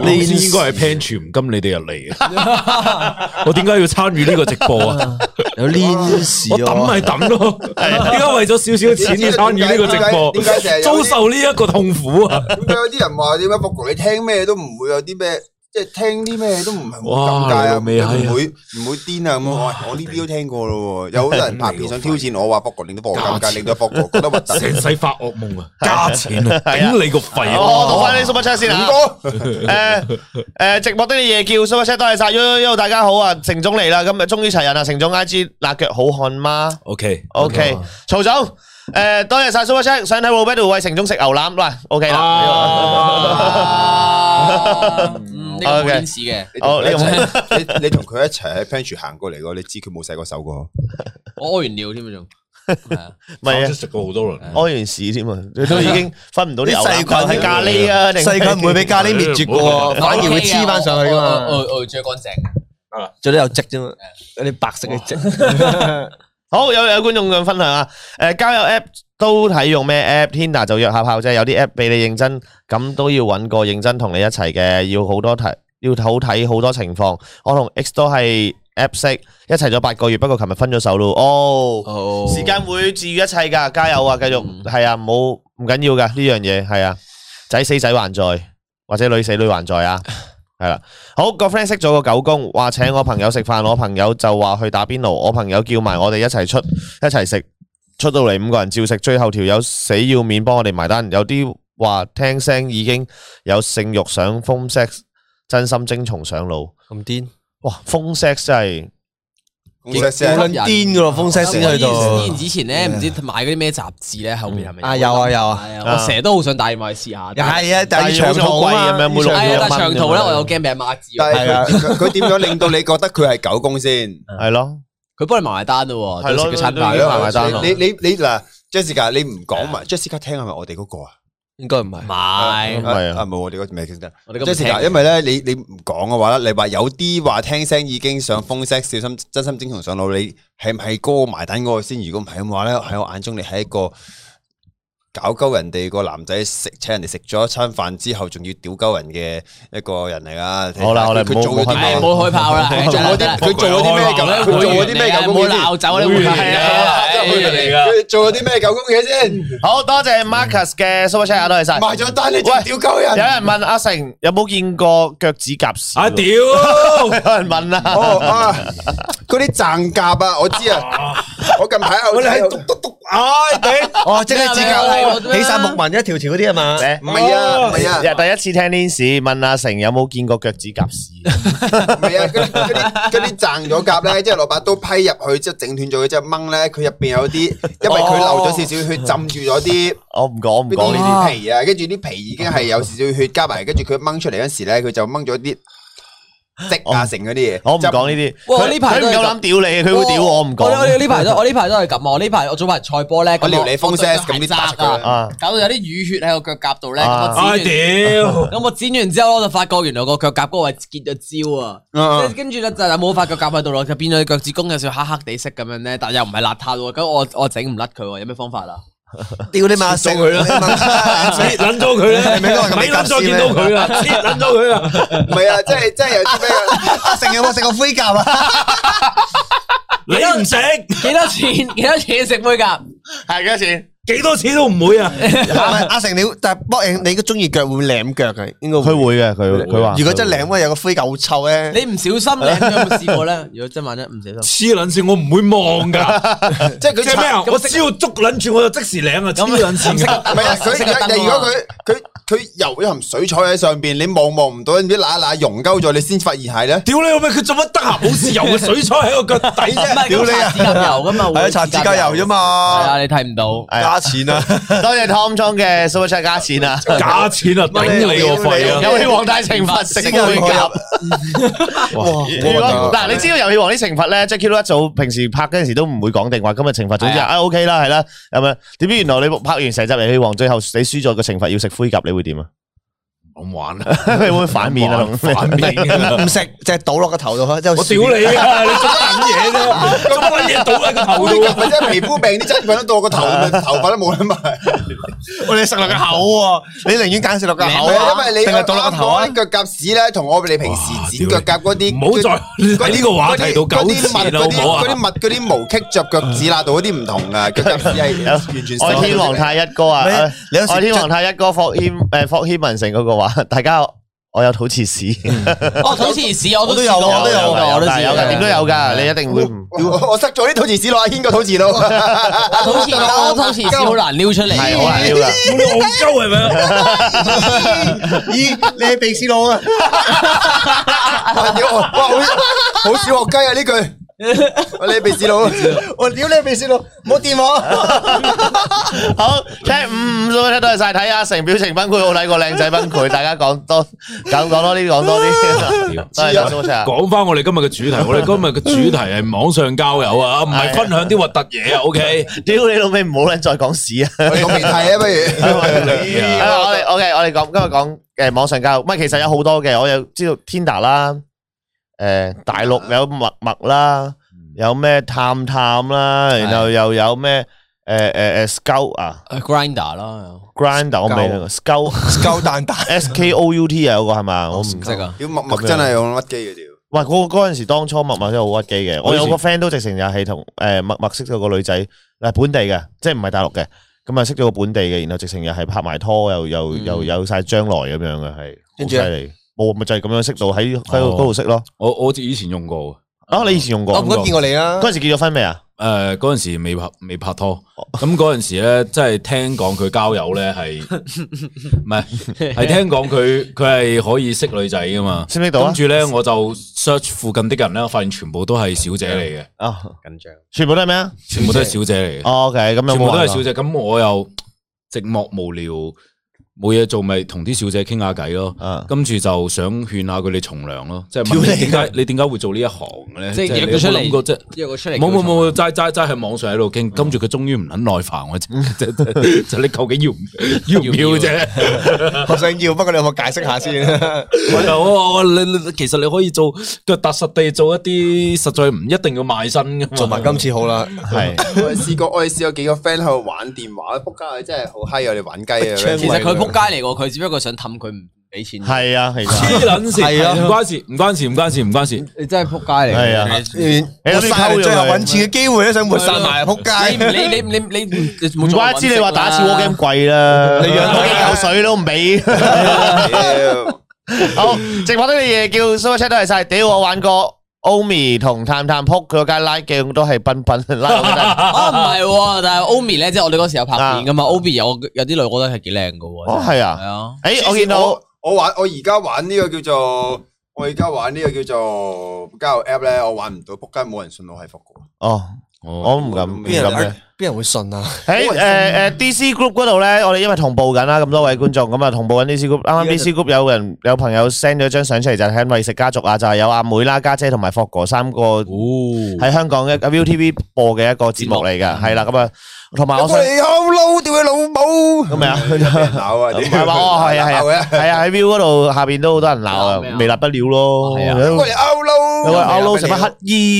E: 呢先應該係 pan 全金你哋入嚟嘅， 我點解要參與呢個直播 啊？
A: 有黏屎
E: 我
A: 啊
E: 抌！咪抌咯，啊點解為咗少少錢要參與呢個直播
D: 點解成，日有
E: 遭
D: 啲
E: 受呢一個痛苦啊？
D: 點解有啲人話點解博哥你聽咩都唔會有啲咩，即係聽啲咩都唔係好尷尬啊，
E: 哇你老味係啊
D: 唔會唔會癲啊咁啊！我呢啲都聽過咯喎，有好多人拍片想挑戰我話博哥令到博哥尷尬，
E: 價錢
D: 令到博哥覺得核突。
E: 成世發惡夢 啊，加錢啊，
C: 係啊
E: 頂你個肺
C: 我
E: 啊！
C: 讀翻啲 super chat Ờ, 先 啊！誒誒，直播的嘢叫 super chat，多謝晒，yo yo，大家好啊，成總嚟啦，咁啊，終於齊人啦，成總 IG 辣腳好漢嗎
E: OK，
C: ？OK，曹 Ờ, 總誒，多謝晒 super chat，想睇 Roberto 喂成總食牛腩，喂，OK 啦，
B: 啊嗯呢個冇
C: OK
B: 鏈匙嘅，
D: 你同佢一
C: 哦
D: 齊你你同佢一齊喺 Pantry 行過嚟個，你知佢冇洗過手個。
B: 我屙完尿添啊仲。係啊
C: 唔係啊
E: 我。食過好多輪。
C: 屙完屎添啊！你都已經分唔到啲牛腩
A: 啲細菌
C: 係咖喱啊，定
A: 細菌唔會俾咖喱滅絕嘅 喎，反而會
C: 啊
A: 黐翻上去噶
B: 我我
A: 嘛。
B: 我我最乾淨。
A: 最多有積啫嘛，有啲白色嘅積。
C: 好有有觀眾咁分享啊！誒、交友 app 都睇用咩 app？Tinder 就約下炮啫，有啲 app 俾你認真，咁都要揾個認真同你一齊嘅，要好多睇，要好睇好多情況。我同 X 都係 app 識，一齊咗八個月，不過琴日分咗手咯。哦，
B: 哦
C: 時間會治愈一切噶，加油啊！繼續係啊，唔好唔緊要噶呢樣嘢係啊，仔死仔還在，或者女死女還在啊。係啦，好個 friend 識咗個狗公，話請我朋友食飯，我朋友就話去打邊爐，我朋友叫埋我哋一齊出一齊食，出到嚟五個人照食，最後條友死要面幫我哋埋單，有啲話聽聲已經有性慾想 phone sex，真心精蟲上腦，
A: 咁癲，
C: 哇 phone sex 真係
D: 公司先
A: 無論癲噶咯，風聲先去
B: 之前
A: 到。
B: 之前咧，唔知買嗰啲咩雜誌咧，後面係咪？
A: 啊有啊有啊，
B: 係啊！我成日都好想帶埋去試下。係
A: 係啊，但係長途啊嘛，
C: 但係要好似好貴咁樣每六
B: 啊，但係長途咧，
C: 咁樣
B: 我有驚俾阿媽知喎。
D: 但
A: 係啊
D: 係佢佢點樣令到你覺得佢係狗公先？
C: 係咯，
B: 佢幫你埋埋單咯喎，
C: 係咯
B: 都食咗餐
C: 都
D: 係
C: 要埋
B: 飯。
C: 埋單咯
D: 你你你嗱，Jessica，你唔講埋，Jessica 聽係咪我哋嗰個啊？
A: 應該唔係。
B: 買
C: 唔係啊
D: 冇我哋嗰未傾得。
B: 我哋咁
D: Jessica，因為咧你你唔講嘅話咧，你話有啲話聽聲已經上風聲，小心真心精蟲上腦，你係唔係嗰個埋單嗰個先？如果唔係咁話咧，喺我眼中你係一個搞鳩人哋個男仔食請人哋食咗一餐飯之後，仲要屌鳩人嘅一個人嚟噶。
C: 好啦好啦
D: 佢
C: 唔好
D: 做咗
C: 唔好
D: 啲
C: 開
D: 咩
C: 炮？
B: 唔好開炮啦，
D: 佢做咗啲佢做咗啲咩
E: 開炮啦
D: 咁？佢做咗啲咩咁？
B: 冇鬧走你會員
E: 係
B: 嚟
E: 啊
B: 㗎
E: 會員嚟㗎
D: 佢做咗啲咩狗公嘢先？
C: 好多謝 Marcus 嘅 Super Chat，多謝晒。
D: 埋咗單你仲屌鳩
C: 有
D: 人？
C: 人問阿成有冇見過腳趾甲屎？
E: 啊屌！
C: 有人問啦。
D: 哦啊！嗰啲掙夾啊，我知啊，我近排我睇到
E: 唉頂！
F: 哦，即係指甲
B: 咩啊
F: 起晒木紋一條條嗰啲啊嘛。
C: 咧
D: 唔係啊，唔係啊，
C: 第一次聽呢件事，問阿成有冇見過腳趾甲屎？
D: 唔係啊，嗰啲嗰啲嗰啲掙咗夾咧，即係攞把刀批入去，之後整斷咗佢隻掹咧，佢入邊有 啲，因為佢流咗少少血，浸住咗啲。
C: 我唔講唔
D: 嗰
C: 講
D: 啲
C: 呢啲。
D: 啲皮啊，跟住啲皮已經係有少少血加埋，跟住佢掹出嚟嗰時咧，佢就掹咗啲積啊成嗰啲嘢。
C: 我唔講呢啲，
B: 哇
C: 佢
B: 我呢排
C: 佢
B: 都
C: 唔
B: 係
C: 夠膽屌你，佢會屌我，我唔
B: 哦我我我
C: 講。
B: 呢排都我呢排都係咁啊！我呢排我早排賽波咧，咁啊
D: 我撩你風 s 咁啲
B: 扎
D: 打出佢啦。
C: 啊，
B: 搞到有啲淤血喺個腳甲度咧，咁我剪完
E: 唉啊哎 屌！
B: 咁我剪完之後，我就發覺原來個腳甲嗰個位結咗焦啊！
D: 嗯
B: 跟住咧就冇發腳甲喺度咯，就變咗腳趾公有少少黑黑地色咁樣咧，但又唔係邋遢喎。咁我我整唔甩佢喎，有咩方法啊？
F: 屌你嘛，
E: 做佢啦切撚咗佢咧，
F: 咪講係咁
E: 咪撚再見到佢啦，切撚咗佢啦！
D: 唔係啊，即係即係有啲咩啊？
F: 阿成有冇食過灰甲啊？
E: 你唔食
B: 幾多 錢？幾多錢食杯甲？
C: 係幾多錢？
E: 幾多錢都唔會啊！
F: 阿成你但係幫你，你都中意腳會舐腳嘅，應該
C: 佢。會嘅，佢佢話。
F: 如果真舐咧，有個灰甲好臭咧。
B: 你唔小心你有冇試過咧？如果真萬一唔小心，
E: 黐撚線，我唔會望噶。
D: 即係佢
E: 即係咩啊？
D: 插
E: 我只要捉撚住我就即時領啊！黐撚線㗎
D: 唔係啊，
B: 識得
D: 佢
B: 燈
D: 如
B: 啊
D: 果佢佢佢游一含水彩喺上邊，你望望唔到，唔知嗱嗱溶鳩咗，你先發現係咧。
E: 屌你老味，佢做乜得閒冇事游個水塞喺個腳 底
B: 唔
E: 啫？
B: 係屌你啊！指甲油噶嘛，
F: 係啊，搽指甲油啫。
B: 係
F: 嘛，
B: 啊，你睇唔到。
C: 係啊
F: 加錢 啊！
C: 多謝 Tom Chong 嘅 Super Chat 加錢啊！
E: 假錢啊！頂你個肺啊！
C: 遊戲王大懲罰食會夾。
E: 哇
C: 如
F: 啊
C: 果嗱，你知道遊戲王啲懲罰咧，Jackie 都一早平時拍嗰陣時都唔會講定話今日懲罰，總之
B: 係啊
C: 啊 OK 啦，係啦，咁咪？點知原來你拍完成集遊戲王，最後你輸咗個懲罰要食灰甲，你會點 啊？
E: 咁玩啊！
C: 你會唔會反面 啊？
E: 反面啊！
F: 唔食，就係倒落個頭度。我屌
E: 我屌你啊！你做乜撚嘢啫？做乜撚嘢倒喺個頭度啊？
D: 或者皮膚病啲真菌都到個頭，頭髮都冇得埋。
F: 我哋食落個口喎，你寧願揀食落個口
D: 係啊
F: 啊，
D: 因為你
F: 定係倒落個頭啊？
D: 啲腳甲屎咧，同我哋平時剪腳甲嗰啲，
E: 唔好再
D: 嗰
E: 喺
D: 啲
E: 呢個話題度
D: 嗰
E: 糾
D: 啲
E: 纏啦，
D: 嗰
E: 好
D: 啲
E: 唔好
D: 嗰啲
E: 啊？
D: 襪嗰啲毛棘着腳趾罅度嗰啲唔同噶，腳甲屎係完全
C: 愛天皇太一哥啊！
F: 咩
C: 愛
F: 你有時
C: 愛天皇太一哥霍謙誒霍謙文成嗰個話， 大家我有肚臍屎，
B: 哦，好似屎我都試過
F: 我都有我都有
B: 我都
C: 但係有㗎，
B: 試
C: 點都
B: 過。
C: 有㗎，你一定會唔。嗯
D: 我我塞咗啲肚臍屎落阿軒個肚臍度，
B: 好似我好似屎好難撩出嚟。
C: 係好難撩㗎。
E: 你戇鳩係咪啊？
F: 咦，你係鼻屎佬啊？
D: 屌我哇好好小學雞啊呢句，我你鼻屎佬，
F: 我屌你係鼻屎佬，唔好掂我。
C: 好，check 五五咁樣，多謝晒睇阿成表情崩潰，好睇過靚仔崩潰， 大家講多講講多啲，講多啲，多謝晒 Super Chat
E: 講翻我哋今日嘅主題，我哋今日嘅主題係網上交友啊，唔係分享啲核突嘢啊，OK？
C: 屌你老味，唔好撚再講屎啊！
D: 我哋講鼻涕啊不如，
E: 你
C: 係
E: 啊
C: 啦我哋 OK，我哋講今日講誒網上交友，唔係其實有好多嘅，我有知道 Tinder 啦，誒大陸有陌陌啦，有咩探探啦，然後又有咩誒誒誒 Scout 啊
B: Grinder 啦，
C: ，Grinder 我未聽過，Scout
F: 夠蛋蛋，
C: S K O U T 啊有個係嘛？我唔
B: 唔識啊。
D: 屌默默真係用甩機嘅屌，
C: 喂，嗰嗰陣時當初默默真係好屈機嘅，我有個 friend 都直情又係同誒默默識咗個女仔，嗱本地嘅，即係唔係大陸嘅，咁啊識咗個本地嘅，然後直情又係拍埋拖，又又又有晒將來咁樣嘅，係好
F: 跟
C: 犀
F: 住呢
C: 利。冇咪就係咁樣識到喺喺嗰度識咯。
E: 我我以前用過，
C: 啊，你以前用過
F: 我唔該見過你啦
C: 嗰。陣時結咗婚未啊？
E: 誒嗰陣時未拍未拍拖，咁嗰陣時咧，即係聽講佢交友咧係唔係係聽講佢佢係可以識女仔噶嘛？
C: 識唔識到啊
E: 跟住咧我就 search 附近的人咧，我發現全部都係小姐嚟嘅，
C: 啊，
B: 緊張。
C: 全部都係咩啊？
E: 全部都係小姐嚟嘅，
C: 哦，OK，咁有冇
E: 全部都係
C: 玩啊
E: 小姐。咁我又寂寞無聊，冇嘢做咪同啲小姐傾下偈咯。
C: 啊，
E: 跟住就想勸下佢哋從良咯，即係
F: 屌
E: 問
F: 你
E: 你點解你點解會做呢一行嘅咧？
B: 即係
E: 係
B: 約
E: 你有
B: 佢出
E: 冇
B: 嚟
E: 諗過即係
B: 因為佢出嚟
E: 冇冇冇，齋齋齋喺網上喺度傾，跟住佢終於唔撚耐煩我，就就你究竟要唔要唔要啫？
F: 我想要，不過你有冇解釋下先？
E: 我就我我你你其實你可以做腳踏實地做一啲實在唔一定要賣身
A: 嗯
E: 嘅嘛，
F: 做埋今次好啦，
C: 係
D: 我哋試過，我哋試過幾個 friend 喺度玩電話，仆街佢真係好嗨，我哋玩雞啊！
B: 其實佢扑街嚟喎，佢只不過想氹佢唔俾錢。
C: 係啊，係啊。
E: 黐撚
F: 係啊
E: 線，唔關事，唔關事，唔關事，唔關事。
B: 你真係扑街嚟
C: 係啊
F: 我晒你最後揾錢嘅機會都想抹殺埋，仆
B: 你
F: 街！
B: 你你你你你
C: 唔
B: 冇做
C: 怪之你話打次 war game 貴啦，你養到嚿水都唔俾。
D: 屌
C: 好，直播啲嘢叫 super chat 都係晒，屌我玩過 Omi 同探探撲佢嗰間拉鏡都係賓賓拉我 嗰陣
B: 啊唔係喎，但係 Omi 咧，即係我哋嗰時有拍片噶嘛，Omi 有有啲女我覺得係幾靚噶喎。
C: 哦係啊
B: 係啊，
C: 誒我見到
D: 我我玩我而家玩呢個叫做我而家玩呢個叫做交友 app 咧，我玩唔到，仆街冇人信我係復古。
C: 哦，我唔敢唔
D: 邊
A: 邊
C: 敢嘅
A: 人。邊人會信啊？
C: 喺誒誒 DC Group 嗰度咧，我哋因為同步緊啦，咁多位觀眾咁啊，同步緊 DC Group。啱啱 DC Group 有人有朋友 send 咗張相出嚟，就係喺美食家族啊，就係有阿妹啦、家姐同埋霍哥三個
E: 哦，
C: 喺香港嘅 ViuTV 播嘅一個節目嚟㗎，係啦，咁啊，同埋我想
D: 我哋好撈，屌你老母！
C: 咁咪 啊，
D: 俾人鬧啊！
C: 唔係話哦，係啊係
D: à,
C: 啊，係啊喺 Viu 嗰度下邊都好多人鬧啊，微辣不了咯，
B: 係啊
C: 有
D: 我哋歐
C: 有個
D: 撈，
C: 歐撈成乜乞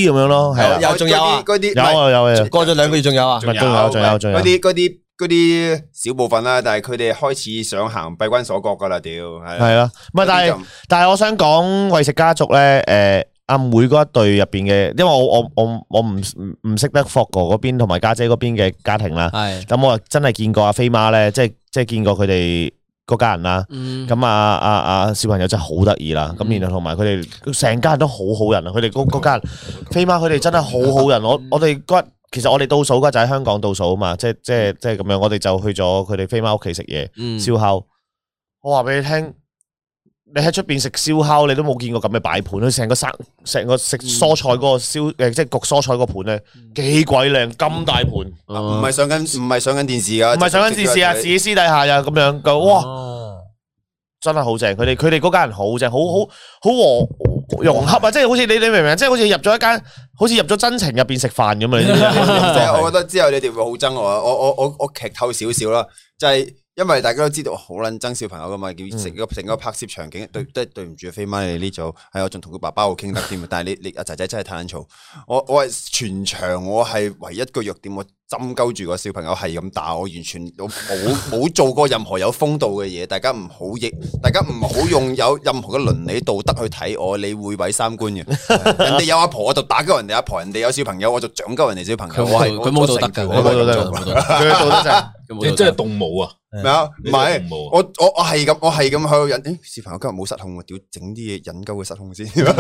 C: 衣咁樣咯，係啦，
D: Dạ,
F: 有仲有啊
D: 嗰啲
C: 有
D: 唔係
C: 啊有啊有啊，
F: 過咗兩個月仲有啊，
C: 仲有仲有仲有
D: 嗰啲嗰啲嗰啲小部分啦，啊但係佢哋開始想行閉關鎖國噶啦，屌係啦
C: 係啦，唔係但係。
D: 啊
C: 但係我想講餵食家族咧，诶、阿妹嗰一對入边嘅，因為我我我我唔唔唔识得霍哥嗰邊同埋家姐嗰邊嘅家庭啦，
B: 係。
C: 咁我真係見過阿飛媽咧，即係即系见过佢哋嗰家人啦。
B: 嗯
C: 咁啊啊啊！小朋友真係好得意啦，咁然後同埋佢哋成家人都好好人啊，佢哋嗰嗰家人飛媽佢哋真係好好人，我
B: 嗯
C: 我哋嗰日其實我哋倒數嗰日就喺香港倒數啊嘛，即係即係即係咁樣，我哋就去咗佢哋飛媽屋企食嘢。
B: 嗯
C: 燒烤。我話俾你聽，你喺出邊食燒烤，你都冇見過咁嘅擺盤，佢成個生成個
B: 嗯
C: 食蔬菜嗰個燒誒，即係焗蔬菜個盤咧，幾鬼靚，咁大盤，唔
D: 唔係上緊唔係上緊電視噶，
C: 哦係上緊電視啊，自己私底下呀咁樣，咁哇，
E: 哦
C: 真係好正！
D: 嗯
C: 佢哋佢哋嗰家人好正，好好好和融洽啊！即係好似你你明唔明？即係好似入咗一間，好似入咗真情入邊食飯咁啊！你知唔 知
D: 即係我
C: 啊
D: 覺得之後你哋會好憎我啊！我我我我劇透少少啦，就係因為大家都知道我好撚憎小朋友噶嘛，
C: 嗯
D: 叫成個成個拍攝場景，對對對唔住啊飛媽你哋呢組，係我仲同佢爸爸好傾得添啊！但係你你阿仔仔真係太撚嘈，我我係全場我係唯一一個弱點，我針鳩住個小朋友係咁打，我完全我冇冇做過任何有風度嘅嘢，大家唔好亦大家唔好用有任何嘅倫理道德去睇我，你會毀三觀 嘅。人哋有阿婆我就打鳩人哋阿婆，人哋有小朋友我就獎鳩人哋小朋友。
B: 佢冇
D: 我係
B: 佢冇道德㗎
D: 我
C: 佢冇道德
B: 佢冇道德
C: 佢道德就
B: 佢冇
E: 你
B: 道
E: 真係
B: 德
E: 動武啊！
D: 咩啊？唔
E: 你真係
D: 係
E: 動武啊！
D: 我我我係咁，我係咁喺度引。誒，小朋友今日冇失控喎，屌整啲嘢引鳩佢失控 先。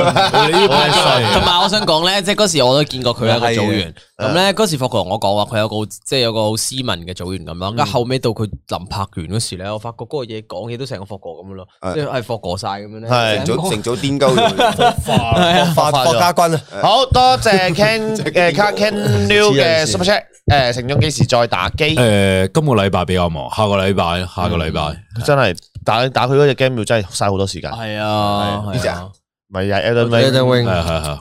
B: 同埋我想講咧，即係嗰時我都見過佢一個組員，咁咧嗰時霍哥同我講話，佢有個即係有個好斯文嘅組員咁啦。咁後尾到佢臨拍完嗰時咧，我發覺嗰個嘢講嘢都成個霍哥咁樣咯，
D: 係
B: 即係霍哥晒咁樣咧。
C: 係
D: 成早成早癲鳩佢，
F: 發霍家軍啊，
C: 好多謝 Ken 誒卡 Ken New 嘅 Super Chat 誒，成中幾時再打機？
D: 嗯
E: 诶，今個禮拜比較忙，下個禮拜，下個禮拜
C: 真係打打佢嗰隻 game 要真係嘥好多時間，
B: 係啊，
D: 呢隻
B: 係啊。
C: 咪又係 Elden
A: 一
C: Ring
E: 係啊
A: wing
E: 係係。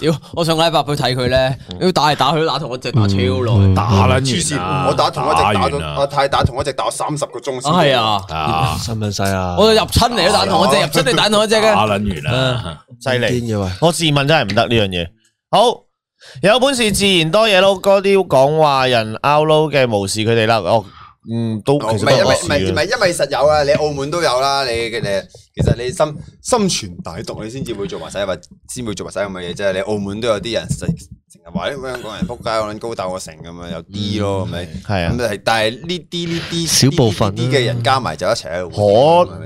B: 屌！我上個禮拜去睇佢咧，要打嚟打去都打同我隻打超耐，打
E: 打撚
D: 黐
E: 完
D: 線！
E: 啊
D: 我打同一隻打
E: 完
D: 咗，我
E: 啊
D: 太打同一隻打三十個鐘先。
B: 啊係，啊！
E: 啊，
A: 新聞晒啊！
B: 我入親嚟都打同一隻，入親嚟打同一隻嘅。
E: 打撚完啊
A: 嗯
E: 啦，
C: 犀利
A: 癲。嘅喂，
C: 我自問真係唔得呢樣嘢。好，有本事自然多嘢咯。嗰啲講話人 out 撈嘅無視佢哋啦。哦，嗯，都
D: 唔
C: 其實
D: 係因為
C: 都無
D: 唔係
C: 視
D: 唔
C: 嘅。
D: 係因為實有啊，你澳門都有啦，你嘅你其實你心心存歹毒，你先至會做埋晒，或先會做埋晒咁嘅嘢啫。你澳門都有啲人成成日話啲香港人撲街，我撚高斗我成咁樣，有啲咯，係咪？
C: 係啊
D: 咁，係，但係呢啲呢啲
A: 少部分
D: 呢啲嘅人加埋就一齊喺度玩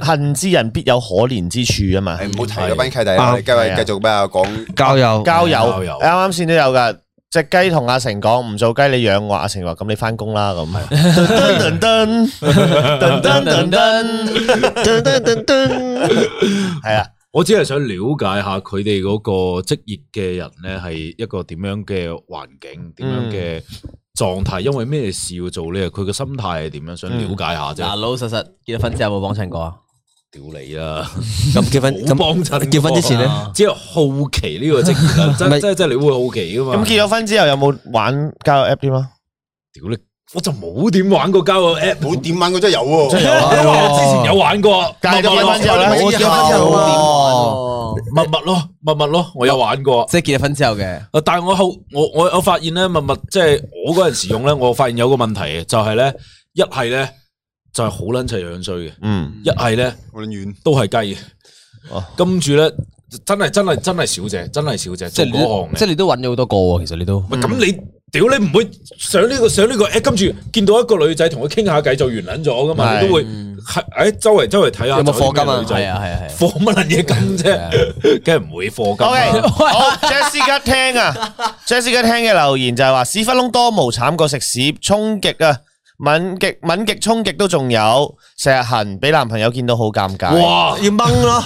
C: 可恨之人必有可憐之處啊嘛
D: 係。唔好提嗰班契弟啦，
A: 啱
D: 你繼
C: 係啊
D: 續繼續咩啊？講
A: 交友
C: 交友
E: 交友
C: 啱啱先都有噶。只雞同阿成講唔做雞，你養我。阿成話：咁你翻工啦 咁。噔噔噔噔噔噔噔噔噔噔，係啊，
E: 我只係想了解下佢哋
A: 嗯
E: 嗰個職業嘅人咧，係一個點樣嘅環境，點樣嘅狀態，因為咩事要做呢？佢嘅心態係點樣？想
A: 嗯
E: 了解下
B: 嗱，
E: 啫。
B: 老老實實結咗婚之後有冇幫襯過啊？
E: 屌你啦，
A: 咁結婚
E: 冇幫
A: 咁
E: 襯過
A: 結婚之前咧，
E: 只係好奇呢個職業啦，
A: 唔
E: 真
A: 係
E: 真真係你會好奇噶嘛？
C: 咁結咗婚之後有冇玩交友 app 添啊？
E: 屌你，我就冇點玩過交友 app，
D: 冇點玩過真係有喎，
E: 因為我之前有玩過，
C: 戒咗
E: 陌陌
C: 結婚之後
E: 咯
C: 咧，
F: 我結婚之後啊，
E: 陌陌咯，陌陌咯，我有玩過。
B: 即係結咗婚之後嘅，
E: 啊！但系我后我我我发现咧，密密即系我嗰阵时用咧，我发现有个问题嘅，就系咧，一系咧就系好捻齐样衰嘅，
C: 嗯，
E: 一系咧
D: 好撚遠。
E: 都系鸡嘅
C: 哦。
E: 跟住咧，真系真系真系小姐，真系小姐，
B: 即
E: 即
B: 係
E: 系
B: 你
E: 嗰行
B: 都
E: 嘅
B: 即係你都揾咗好多個喎，其實你都
E: 喂咁你屌你唔會上呢、個上呢、個 app，跟住見到一個女仔同佢傾下偈就完撚咗噶嘛？
C: 係
E: 你都會係喺周圍周圍睇下
A: 有冇
E: 走啲咩
A: 課金啊
E: 女
B: 係
E: 仔
B: 啊係啊係啊。
E: 課乜撚嘢金啫？梗係唔會課金啊
C: O
E: 啦
C: K，好 Jessica 聽啊，Jessica 聽嘅留言就係話屎忽窿多毛慘過食屎，衝極啊，敏極敏極衝極都仲有，成日痕，俾男朋友見到好尷尬。
E: 哇，
A: 要掹咯，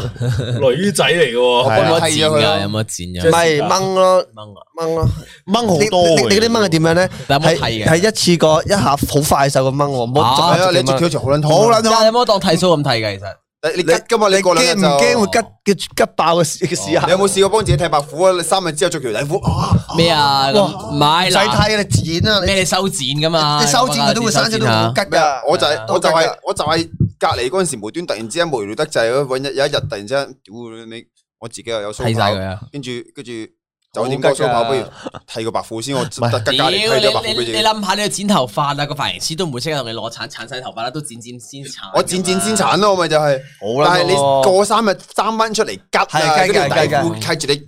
E: 女仔嚟嘅喎。
C: 係啊
B: 有冇得
D: 剃咗
B: 剪
D: 佢啦
B: 㗎？有冇得剪
A: 唔
B: 㗎？
A: 係掹咯，
B: 掹啊！
A: 掹咯。
C: 掹好
A: 你
C: 多
A: 你你嗰啲
C: 喎，
A: 掹係點樣咧？
B: 但係冇剃
A: 係
B: 嘅
A: 係一次過一下好快手咁掹喎，唔好
B: 啊
A: 逐下
D: 係啊，
A: 逐
D: 你
A: 條掹
D: 條條長好撚痛啊
F: 好撚
B: 但係有
F: 痛，
B: 冇當剃須咁剃嘅？其實
D: 你你吉噶嘛？你過兩日
F: 驚
D: 就
F: 唔驚會吉嘅吉爆嘅屎嘅屎
A: 啊
D: 你有冇試過幫自己剃白虎啊？你三日之後着條底褲啊，
B: 咩啊？咁唔係
F: 唔使
B: 嗱
F: 睇啊，你剪啊，
B: 咩？
F: 你
B: 你修剪㗎嘛？啊
F: 你修剪佢都會生出都好
B: 下
F: 吉
D: 咩
A: à.
D: 啊
F: 㗎。
D: 我就係
B: 啊
D: 我就
F: 都
D: 係
F: 吉
D: 我就係隔離嗰陣時無端突然之間無聊得滯，揾一有一日突然之間，屌你我自己又有
B: 剃
D: 鬚
B: 晒
D: 刨
B: 佢，啊！
D: 跟住跟住酒店嗰個鬚刨不如剃個白虎先，我隔隔離
B: 屌你
D: 剃咗白虎
B: 你
D: 俾
B: 你
D: 自己。
B: 諗下，你要剪頭髮啊，個髮型師都唔會即刻同你攞鏟鏟晒頭髮啦，都剪剪先鏟㗎嘛。
D: 我剪剪先鏟咯，我咪就係。
F: 好啦，
D: 但係你過三日三蚊出嚟吉啊，
F: 係吉
D: 跟
F: 㗎
D: 住底
F: 係吉㗎
D: 褲睇住你，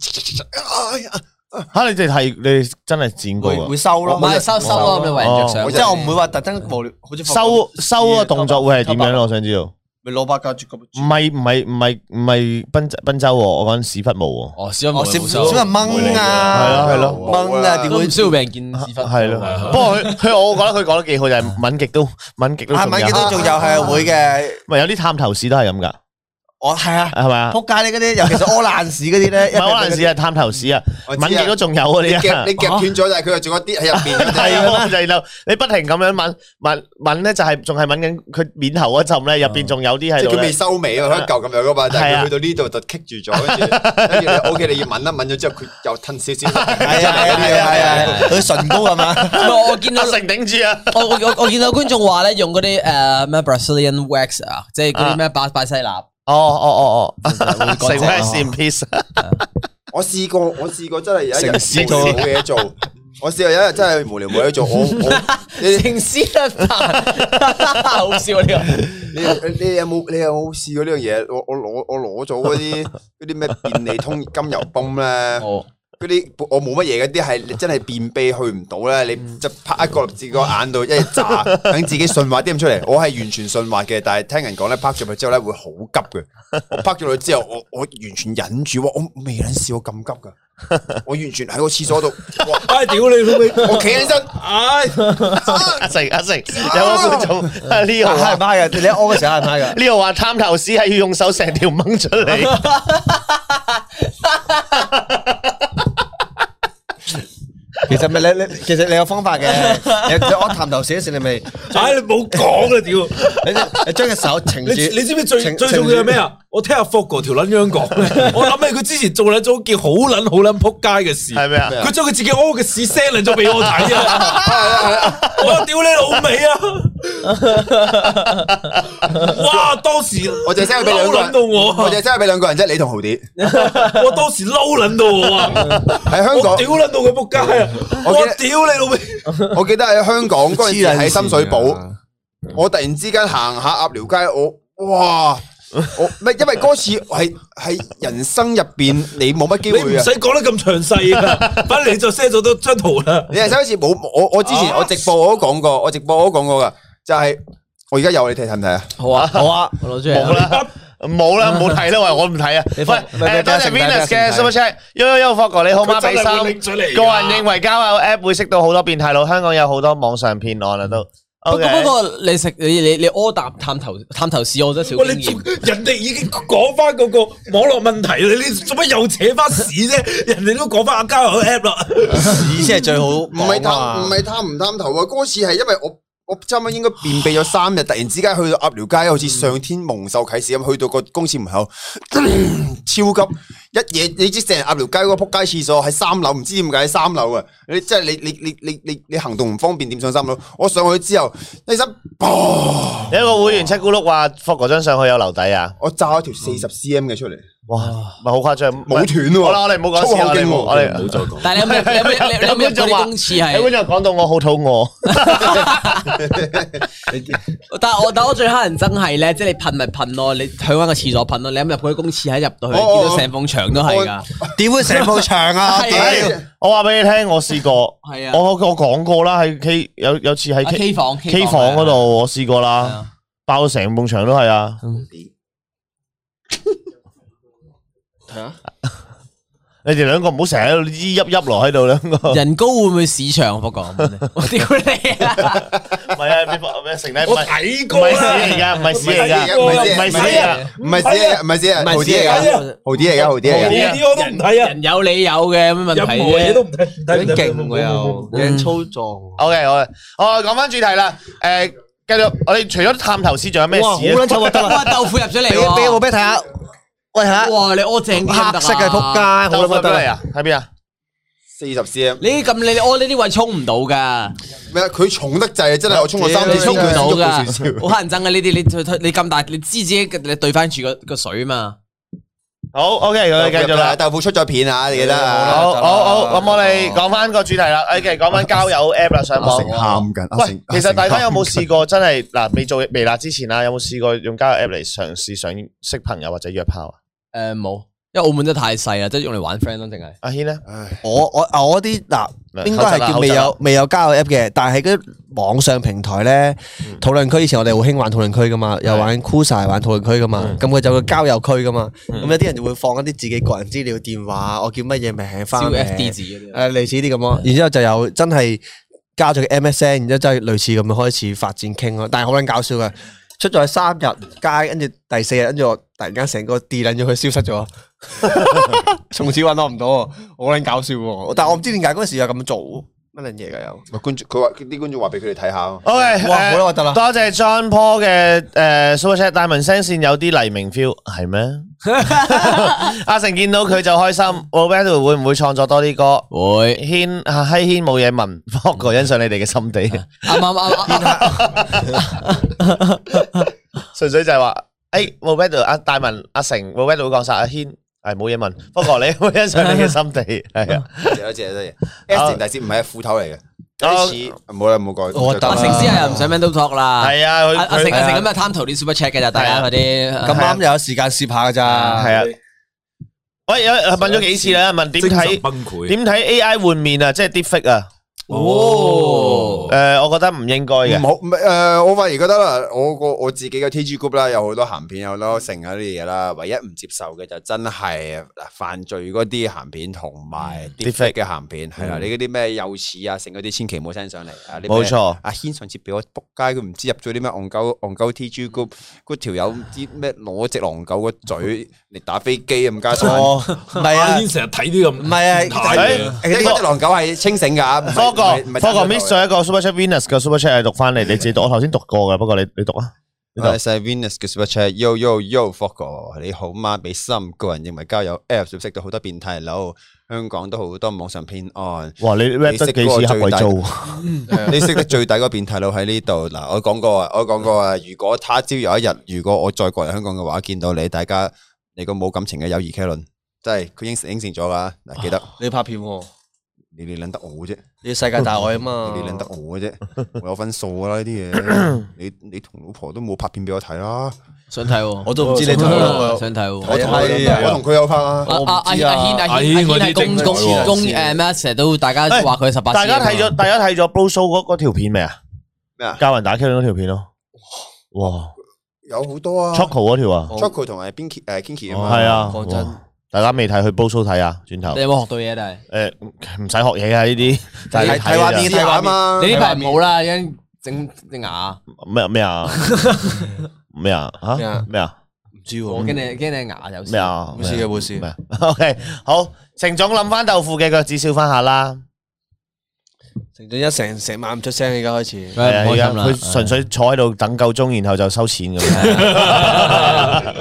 D: 哎呀
C: 吓你哋係你真係剪過
F: 會
C: 啊
F: 會？收咯，
B: 唔係收收咯，咁你為人着
C: 哦
B: 想。
D: 我
F: 即係我唔會話特登無聊，好似
C: 收收個動作會係點樣咯？我想知道。
F: 咪攞把膠咁。
C: 唔係唔係唔係唔係賓賓州喎，我講緊屎忽毛喎。
B: 哦，少
F: 我
B: 咗
F: 少
B: 冇
F: 少人掹啊，
C: 係咯係咯
F: 掹啊，點
B: 都
F: 會
B: 唔需要俾人見屎 忽。
C: 係咯，不過佢佢我覺得佢講得幾好，就係敏極都敏極都
F: 係
C: 仲
F: 咪幾
C: 有
F: 多，仲有係會嘅？
C: 咪有啲探頭屎都係咁噶，
F: 我係啊，
C: 係咪啊？
F: 仆街你嗰啲，尤其是屙爛屎嗰啲咧，
C: 唔係可能屎係探頭屎啊，
D: 我知啊
C: 敏極都仲有嗰
D: 你
C: 啲
D: 夾
C: 啊
D: 你。夾斷咗，但係佢又仲有啲喺入邊。
C: 係啊，就係就你不停咁樣敏敏敏咧，就係仲係敏緊佢面頭嗰陣咧，入邊仲有啲喺
D: 即係
C: 度
D: 佢未
C: 咧。
D: 收尾啊，佢一嚿咁樣噶嘛，但係佢去到呢度就棘住咗，跟住跟住你 OK，你要抿一抿咗之後，佢又吞少少。
F: 係啊係啊係啊係啊，佢唇膏係嘛？
B: 唔係啊我見到
C: 阿成頂住啊！
B: 我我我我見到觀眾話咧，用嗰啲誒咩 Brazilian wax 啊，即係嗰啲咩巴巴 西納。
C: 哦哦哦
B: 會
C: 哦，
B: 乾淨
C: 成咩 s in peace？
D: 我試過，我試過真係有一日
F: 城市
D: 無聊冇嘢做，我試過有一日真係無聊冇嘢做，我 我你
B: 情史得飯， 好笑啊呢個。
D: 你你有冇你有冇試過呢樣嘢？我我攞我攞咗嗰 啲嗰啲咩便利通金油泵咧。
B: 哦，
D: 嗰啲我冇乜嘢，嗰啲係 你真係便秘去唔到咧，
E: 嗯
D: 你就拍一個落自己個眼度，一係炸， 等自己順滑啲咁出嚟。我係完全順滑嘅，但係聽人講咧，拍咗佢之後咧會好急 嘅。我拍咗佢之後，我我完全忍住，哇我未能試過咁急噶，我完全喺個廁所度，哇
E: 唉，哎屌你老味！哎
D: 我企起身，
E: 唉，
C: 阿成阿成，有冇觀眾阿 Leo 啊
F: 係咪嘅？你一屙嘅時候係咪嘅？
C: 呢度話探頭屎係要用手成條掹出嚟，
F: 其實咪你你，其實你有方法嘅。你你屙探頭屎嗰時，你咪
E: 哎唉，你冇講啦，屌！
F: 你你將隻手呈住。
E: 你你知唔知最
F: 情
E: 最重要係咩？啊？我聽阿 Fogg 條撚 樣講咧，我諗起佢之前做撚咗件好撚好撚撲街嘅事，
C: 係咪啊？
E: 佢將佢自己屙嘅屎 send 撚咗俾我睇 啊！我屌你老味啊！哇！當時
D: 我就真係俾兩
E: 嬲
D: 個
E: 撚
D: 人
E: 到我啊，
D: 我就真係俾兩個人啫，你同豪啲
E: 我當時嬲撚到我啊！
D: 喺香
E: 我
D: 港
E: 屌。撚到佢撲街啊！
D: 我
E: 我
D: 記得
E: 屌你老味！
D: 我記得喺香港嗰陣時喺深水
A: 黐撚線
D: 埗
E: 啊
A: 㗎，
D: 我突然之間行下鴨寮街，我哇！我唔係因為嗰次係係人生入邊你冇乜機
E: 你唔
D: 會啊
E: 使！講得咁 詳細啊，反正你就 send 咗多張圖啦。
D: 你人生好似冇我我之前
E: 啊
D: 我直播我都講過，我直播我都講過噶，就係我而家有你睇睇唔睇啊？
B: 好啊，好啊，我攞出
C: 冇
B: 嚟。
C: 啦，冇啦，冇睇啦，喂，我唔睇啊。喂，
F: 放你
C: 誒
F: 你
C: 多謝
F: 俾一成
C: Venus
F: 俾一
C: 嘅
F: 成
C: Super Chat，悠悠悠，霍哥你好嗎？
E: 佢真
C: 俾
E: 係會
C: 三。
E: 拎出嚟㗎
C: 個人認為交友 App 會識到好多變態佬，香港有好多網上騙案啊都。
B: 不
C: O
B: 過
C: K，
B: 不過你食你你你屙啖探頭探頭屎，我真係少
E: 喂，
B: 經
E: 你做
B: 驗。
E: 人哋已經講翻嗰個網絡問題，你你做乜又扯翻屎啫？人哋都講翻阿交友 app 啦，
F: 屎先係最好
D: 唔係
F: 講啊
D: 貪唔
F: 嘛。
D: 係貪唔貪頭啊！嗰次係因為我我差唔多應該便秘咗三日，突然之間去到鴨寮街，好似上天蒙受啟示咁，去到個公廁門口， 超急一嘢，你知成鴨寮街嗰個撲街廁所喺三樓，唔知點解喺三樓啊！你即係你你你你你你行動唔方便，點上三樓？我上去之後，一身砰
C: 有一個會員七咕碌話霍哥張相佢有留底啊，
D: 我炸咗條四十 cm 嘅出嚟，
C: 哇，咪好誇張，
D: 冇斷喎
C: 好啦，我哋唔好講
D: 粗口
C: 笑，我哋
D: 經
C: 唔
D: 喎
C: 好我哋
E: 再講。
B: 但係 你有冇你有冇你
C: 有
B: 有冇入過
C: 觀眾話
B: 啲公廁
C: 有觀
B: 係？
C: 眾講到我好肚餓，
B: 但係我但係我最乞人憎係咧，即係你噴咪噴咯，你去翻個廁所噴咯，你咁入嗰啲公廁喺入到去，
D: 哦哦
B: 見到成埲牆都係㗎。
F: 點會成部牆 啊？
B: 係
F: 屌
B: 係
C: 我話俾你聽，我試過，
B: 係啊
C: 我我我講過啦，喺 K 有有次喺
B: 啊
C: K
B: K 房
C: K 房嗰，度我試過
B: 係
C: 啦，
B: 啊
C: 爆到成埲牆都係啊，
D: 係啊，
C: 你哋兩個唔好成日喺度依泣泣落喺度兩個， 唔
B: 人高會唔會市場？不過我屌你啊！
C: 係啊，你咩成咧？唔
E: 我
C: 係
E: 睇
C: 唔
E: 過
C: 係屎
E: 啦，
C: 嚟噶，唔係屎
D: 唔係
C: 嚟
D: 屎
C: 噶，
D: 嚟㗎
C: 唔係
D: 唔係
C: 屎
D: 屎
C: 嚟
E: 嚟
C: 噶
E: 㗎，
D: 唔係屎嚟㗎，唔係屎嚟㗎，豪啲嚟㗎，豪啲嚟㗎，豪啲嚟㗎。
E: 呢啲我都唔睇啊，
B: 人有你有嘅，有咩問
E: 任
B: 題
E: 何嘢都
B: 啫？嗯
E: 唔睇，唔
A: 有
E: 睇
A: 啲勁喎又，有
F: 嗯
A: 人粗壯。
C: OK，好啦，我講翻主題啦。誒，繼續，我哋除咗探頭先，仲有咩事
F: 哇，好撚
C: 啊？
F: 臭啊！得啦，
B: 哇！豆腐入咗嚟
F: 俾俾我
B: 喎，
F: 俾睇下，喂下，
B: 哇！你屙正啲
F: 黑色嘅仆街，
B: 街。
F: 好
C: 豆腐
F: 撚
C: 入
F: 得
C: 咗嚟
F: 啦。
C: 啊？喺邊啊？
D: 四十 cm，
B: 你咁你屙呢啲位沖唔到㗎，
D: 咩啊？佢重得滯，真係我沖過三
B: 你
D: 次，
B: 沖唔到㗎，
D: 少 少
B: 好乞人憎啊嘅呢啲。你推推你咁大，你知自己你對翻住個個水嘛？
C: 好，OK，我哋繼續 啦。
D: 豆腐出咗片啊，你記得啊？
C: 好好好，咁我哋講翻個主題啦。誒，繼續講翻交友 app 啦，上網。
D: 緊
C: 喂，其實大家 有冇試過真係嗱未做微辣之前啊，有冇試過用交友 app 嚟嘗試想識朋友或者約炮啊？
B: 誒冇，因為澳門真係太細啊啦，即係用嚟玩 friend 咯，淨係。
C: 阿軒咧，
F: 我我啊我啲嗱，
C: 嗱
F: 應該係叫未
C: 口罩啦口罩啊
F: 有未有交友 app 嘅，但係嗰啲網上平台咧，
C: 嗯
F: 討論區以前我哋好興玩討論區噶嘛，又玩 Kusa 玩討論區噶嘛，
C: 嗯
F: 咁佢就有個交友區噶嘛，咁有啲人就會放一啲自己個人資料、電話，我叫乜嘢名
B: 招
F: 翻
B: FD 字嗰啲。
F: 誒類似啲咁咯，然之後就有真係加咗個 MSN，然之後就係類似咁樣開始發展傾咯，但係好撚搞笑嘅，出咗去三日街，跟住第四日，跟住我突然間成個 delete 撚咗佢，消失咗， 從此揾我唔到喎，好撚搞笑喎！但係我唔知點解嗰陣時又咁做乜撚嘢㗎又，
D: 觀眾佢話啲觀眾話俾佢哋睇下，
C: OK，
F: 哇
C: 誒
F: 好啦，我得啦，
C: 多謝 John Paul 嘅誒 Super Chat，大文聲線有啲黎明 feel 係咩？ 阿成見到佢就開心，Roberto 會唔會創作多啲歌？
B: 會
C: 軒阿閪軒冇嘢問， 霍哥欣賞你哋嘅心地，
B: 啱啱啱啱啱。
C: 純粹就係話，誒 Roberto 阿大文阿成 Roberto 會講晒阿軒係冇嘢問，霍哥你會欣賞你嘅心地係啊。
D: 謝多謝多謝。S 型大師唔係斧頭嚟
C: 哦
D: 嘅，有啲似唔好啦，唔好改。
F: 我得
B: 阿
F: 啦
B: 成師又唔想 man do talk 啦。
C: 係啊佢
B: 阿阿成
C: 佢
B: 阿成咁啊貪圖啲 super chat 嘅咋，大家嗰啲。
F: 咁啱又有時間試下㗎咋，
C: 係啊，喂，有問咗幾次啦，問點
E: 精神
C: 睇
E: 崩潰。
C: 點睇 AI 換面啊，即係 deepfake 啊？
B: 哦
C: 誒，我覺得唔應該嘅
D: 唔。好唔誒，我反而覺得啦，我個我自己嘅 T G group 啦，有好多鹹片，有好多剩嗰啲嘢啦。唯一唔接受嘅就真係嗱犯罪嗰啲鹹片同埋 d e
C: 嗯 Deepfake
D: 嘅
C: 嗯
D: 鹹片，係啦，你嗰啲咩幼齒啊，剩嗰啲千祈唔好 send 上嚟啊！你咩
C: 冇錯
D: 阿軒上次俾我仆街，佢唔知入咗啲咩戇鳩戇鳩 T G group，嗰條友唔知咩攞只狼狗個 嘴嚟打飛機咁加上。
F: 哦，唔係
E: 阿
F: 啊，
E: 軒成日睇哎啲咁
F: 唔係啊
E: 太嘢
C: 誒
D: 呢只狼狗係清醒噶，唔係
C: 科哥，
D: 唔係
C: 科哥 miss 咗一個 super chat Venus 嘅 super chat 係讀翻嚟，你自己讀。我頭先讀過嘅，不過你你讀啊。呢度
D: 我係 Venus 嘅 Super Chat，Yo Yo Yo，霍哥你好嗎？俾心個人認為交友 Apps 識到好多變態佬，香港都好多網上騙 案。
C: 哇，你 rap 得幾似黑鬼租？
F: 啊
D: 你識得最大嗰個變態佬喺呢度嗱，我講過啊，我講過啊，如果他朝有一日，如果我再過嚟香港嘅話，見到你，大家你個冇感情嘅友誼麒麟，即係佢應承應承咗噶，
F: 啊
D: 嗱記得
F: 你拍片喎，
D: 你哋諗得我啫。
F: 你世界大愛啊嘛，
D: 你諗得我嘅 啫，我有分數㗎啦呢啲嘢。你你同老婆都冇拍片俾我睇啦，
B: 想睇喎，
F: 我都唔知你同我
B: 想睇喎。
D: 我同
F: 係啊
D: 佢我同佢有拍啊。
B: 阿
F: 我唔
B: 阿阿阿
F: 知啊
B: 軒阿
E: 阿
B: 軒
E: 軒
B: 阿
E: 嗰
B: 軒係
E: 啲
B: 公
E: 精
B: 公
E: 彩喎
B: 公誒咩？成日都大家話佢十八。
C: 大家睇咗，大家睇咗 Bro Show 嗰嗰條片未啊？
D: 咩啊？
C: 教人打 K 嗰條片咯。哇
D: 有好多啊
C: ，Choco 嗰條啊，
D: Choco 同埋 Binky 誒 Kinky 啊嘛。
C: 係啊。
F: 講真
C: 哇大家未睇去 Bro Show 睇啊，轉頭
B: 你。有冇學到嘢？但係
C: 誒，唔使學嘢啊呢啲，就係
F: 睇睇畫面
D: 試下啊嘛。
B: 네.你呢排唔好啦，因為整隻牙，
C: 咩啊咩啊咩啊吓
F: 咩啊
C: 咩啊
F: 唔知
B: 我
F: 喎，
B: 驚你驚你牙有事
C: 咩。啊
F: 冇事嘅冇事
C: 咩啊 à? OK 好，程總諗翻豆腐嘅腳趾笑翻下啦，
F: 成咗一成成晚唔出聲，而家開始。
C: 係啊，而
B: 唔開
C: 家
B: 心啦
C: 佢純粹坐喺度等夠鐘，然後就收錢咁樣。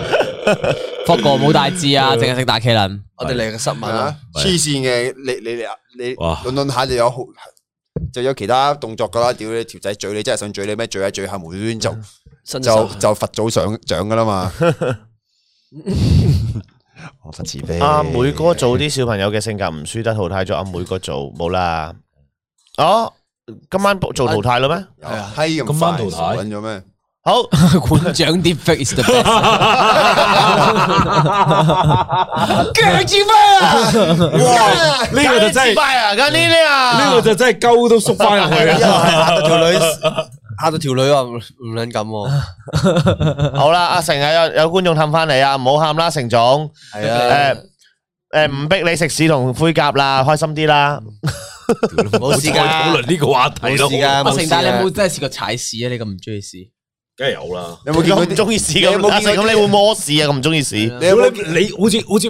B: 福哥冇大志啊，淨係食大麒麟。
F: 我哋嚟個失吻啦，
A: 네.
D: 啊！黐線嘅，你你你你
E: 哇
D: 論論下就有好就有其他動作噶啦，屌你條仔嘴你真係想嘴你咩？嘴一嘴下無端端就
A: 음.
F: 伸隻手
D: 就就佛祖上獎噶啦嘛。我佛慈悲。
C: 阿妹哥做啲小朋友嘅性格唔輸得淘汰咗，阿妹哥做冇啦。哦，今晚做淘汰啦咩？
D: 有閪咁
E: 今晚淘汰
D: 揾咗咩？
C: 好，
B: 馆長啲 fake is the best。腳趾飛啊！
E: 哇！呢個就真係
C: 拜啊，嗰啲呢啊，
E: 呢個就真係鳩都縮翻入去啊！
F: 嚇到條 女，嚇到條女話唔唔撚咁喎。
C: 好啦，阿成啊，有有觀眾氹翻你啊，唔好喊啦，成總。
F: 係
C: 誒
F: 啊，
C: 誒，唔逼你食屎同灰甲啦，開心啲啦。
F: 冇事
E: 再討
F: 㗎，
E: 論呢個話題
F: 冇
E: 咯
F: 事，㗎，
B: 阿
F: 冇
B: 成
F: 事，
B: 但係你有
F: 㗎
B: 冇。真係試過踩屎啊？你咁唔中意屎？
E: 梗係有啦。
D: 有冇見
C: 咁
D: 過
C: 唔
D: 啲？
C: 中意屎
D: 你有
C: 咁，
D: 冇
C: 阿成
D: 見
C: 咁
D: 過
C: 你會屙屎啊？咁唔中意屎。
D: 你有冇
E: 屌你你好似好似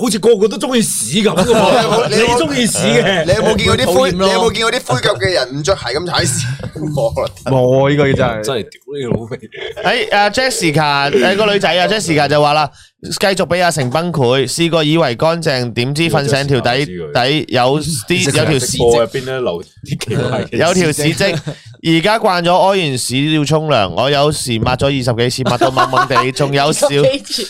E: 好似個個都中意屎咁嘅喎，
D: 你有冇
E: 你中意屎嘅，
D: 你有冇見過啲灰？
B: 討厭
D: 你
B: 咯
D: 有冇見過啲灰腳嘅人唔着鞋咁踩屎？冇啦，
F: 冇呢個真係
E: 真係屌你老味！
C: 诶，阿 Jessica，诶个女仔啊，Jessica 就話啦，繼續俾阿成崩潰，試過以為乾淨，點知瞓醒條底底有啲有條
E: 直
C: 屎
E: 播入
C: 跡，
E: 邊咧留啲奇怪嘅
C: 有條屎跡。而家慣咗屙完屎要沖涼，我有時抹咗二十幾次，抹到掹掹地，仲有少，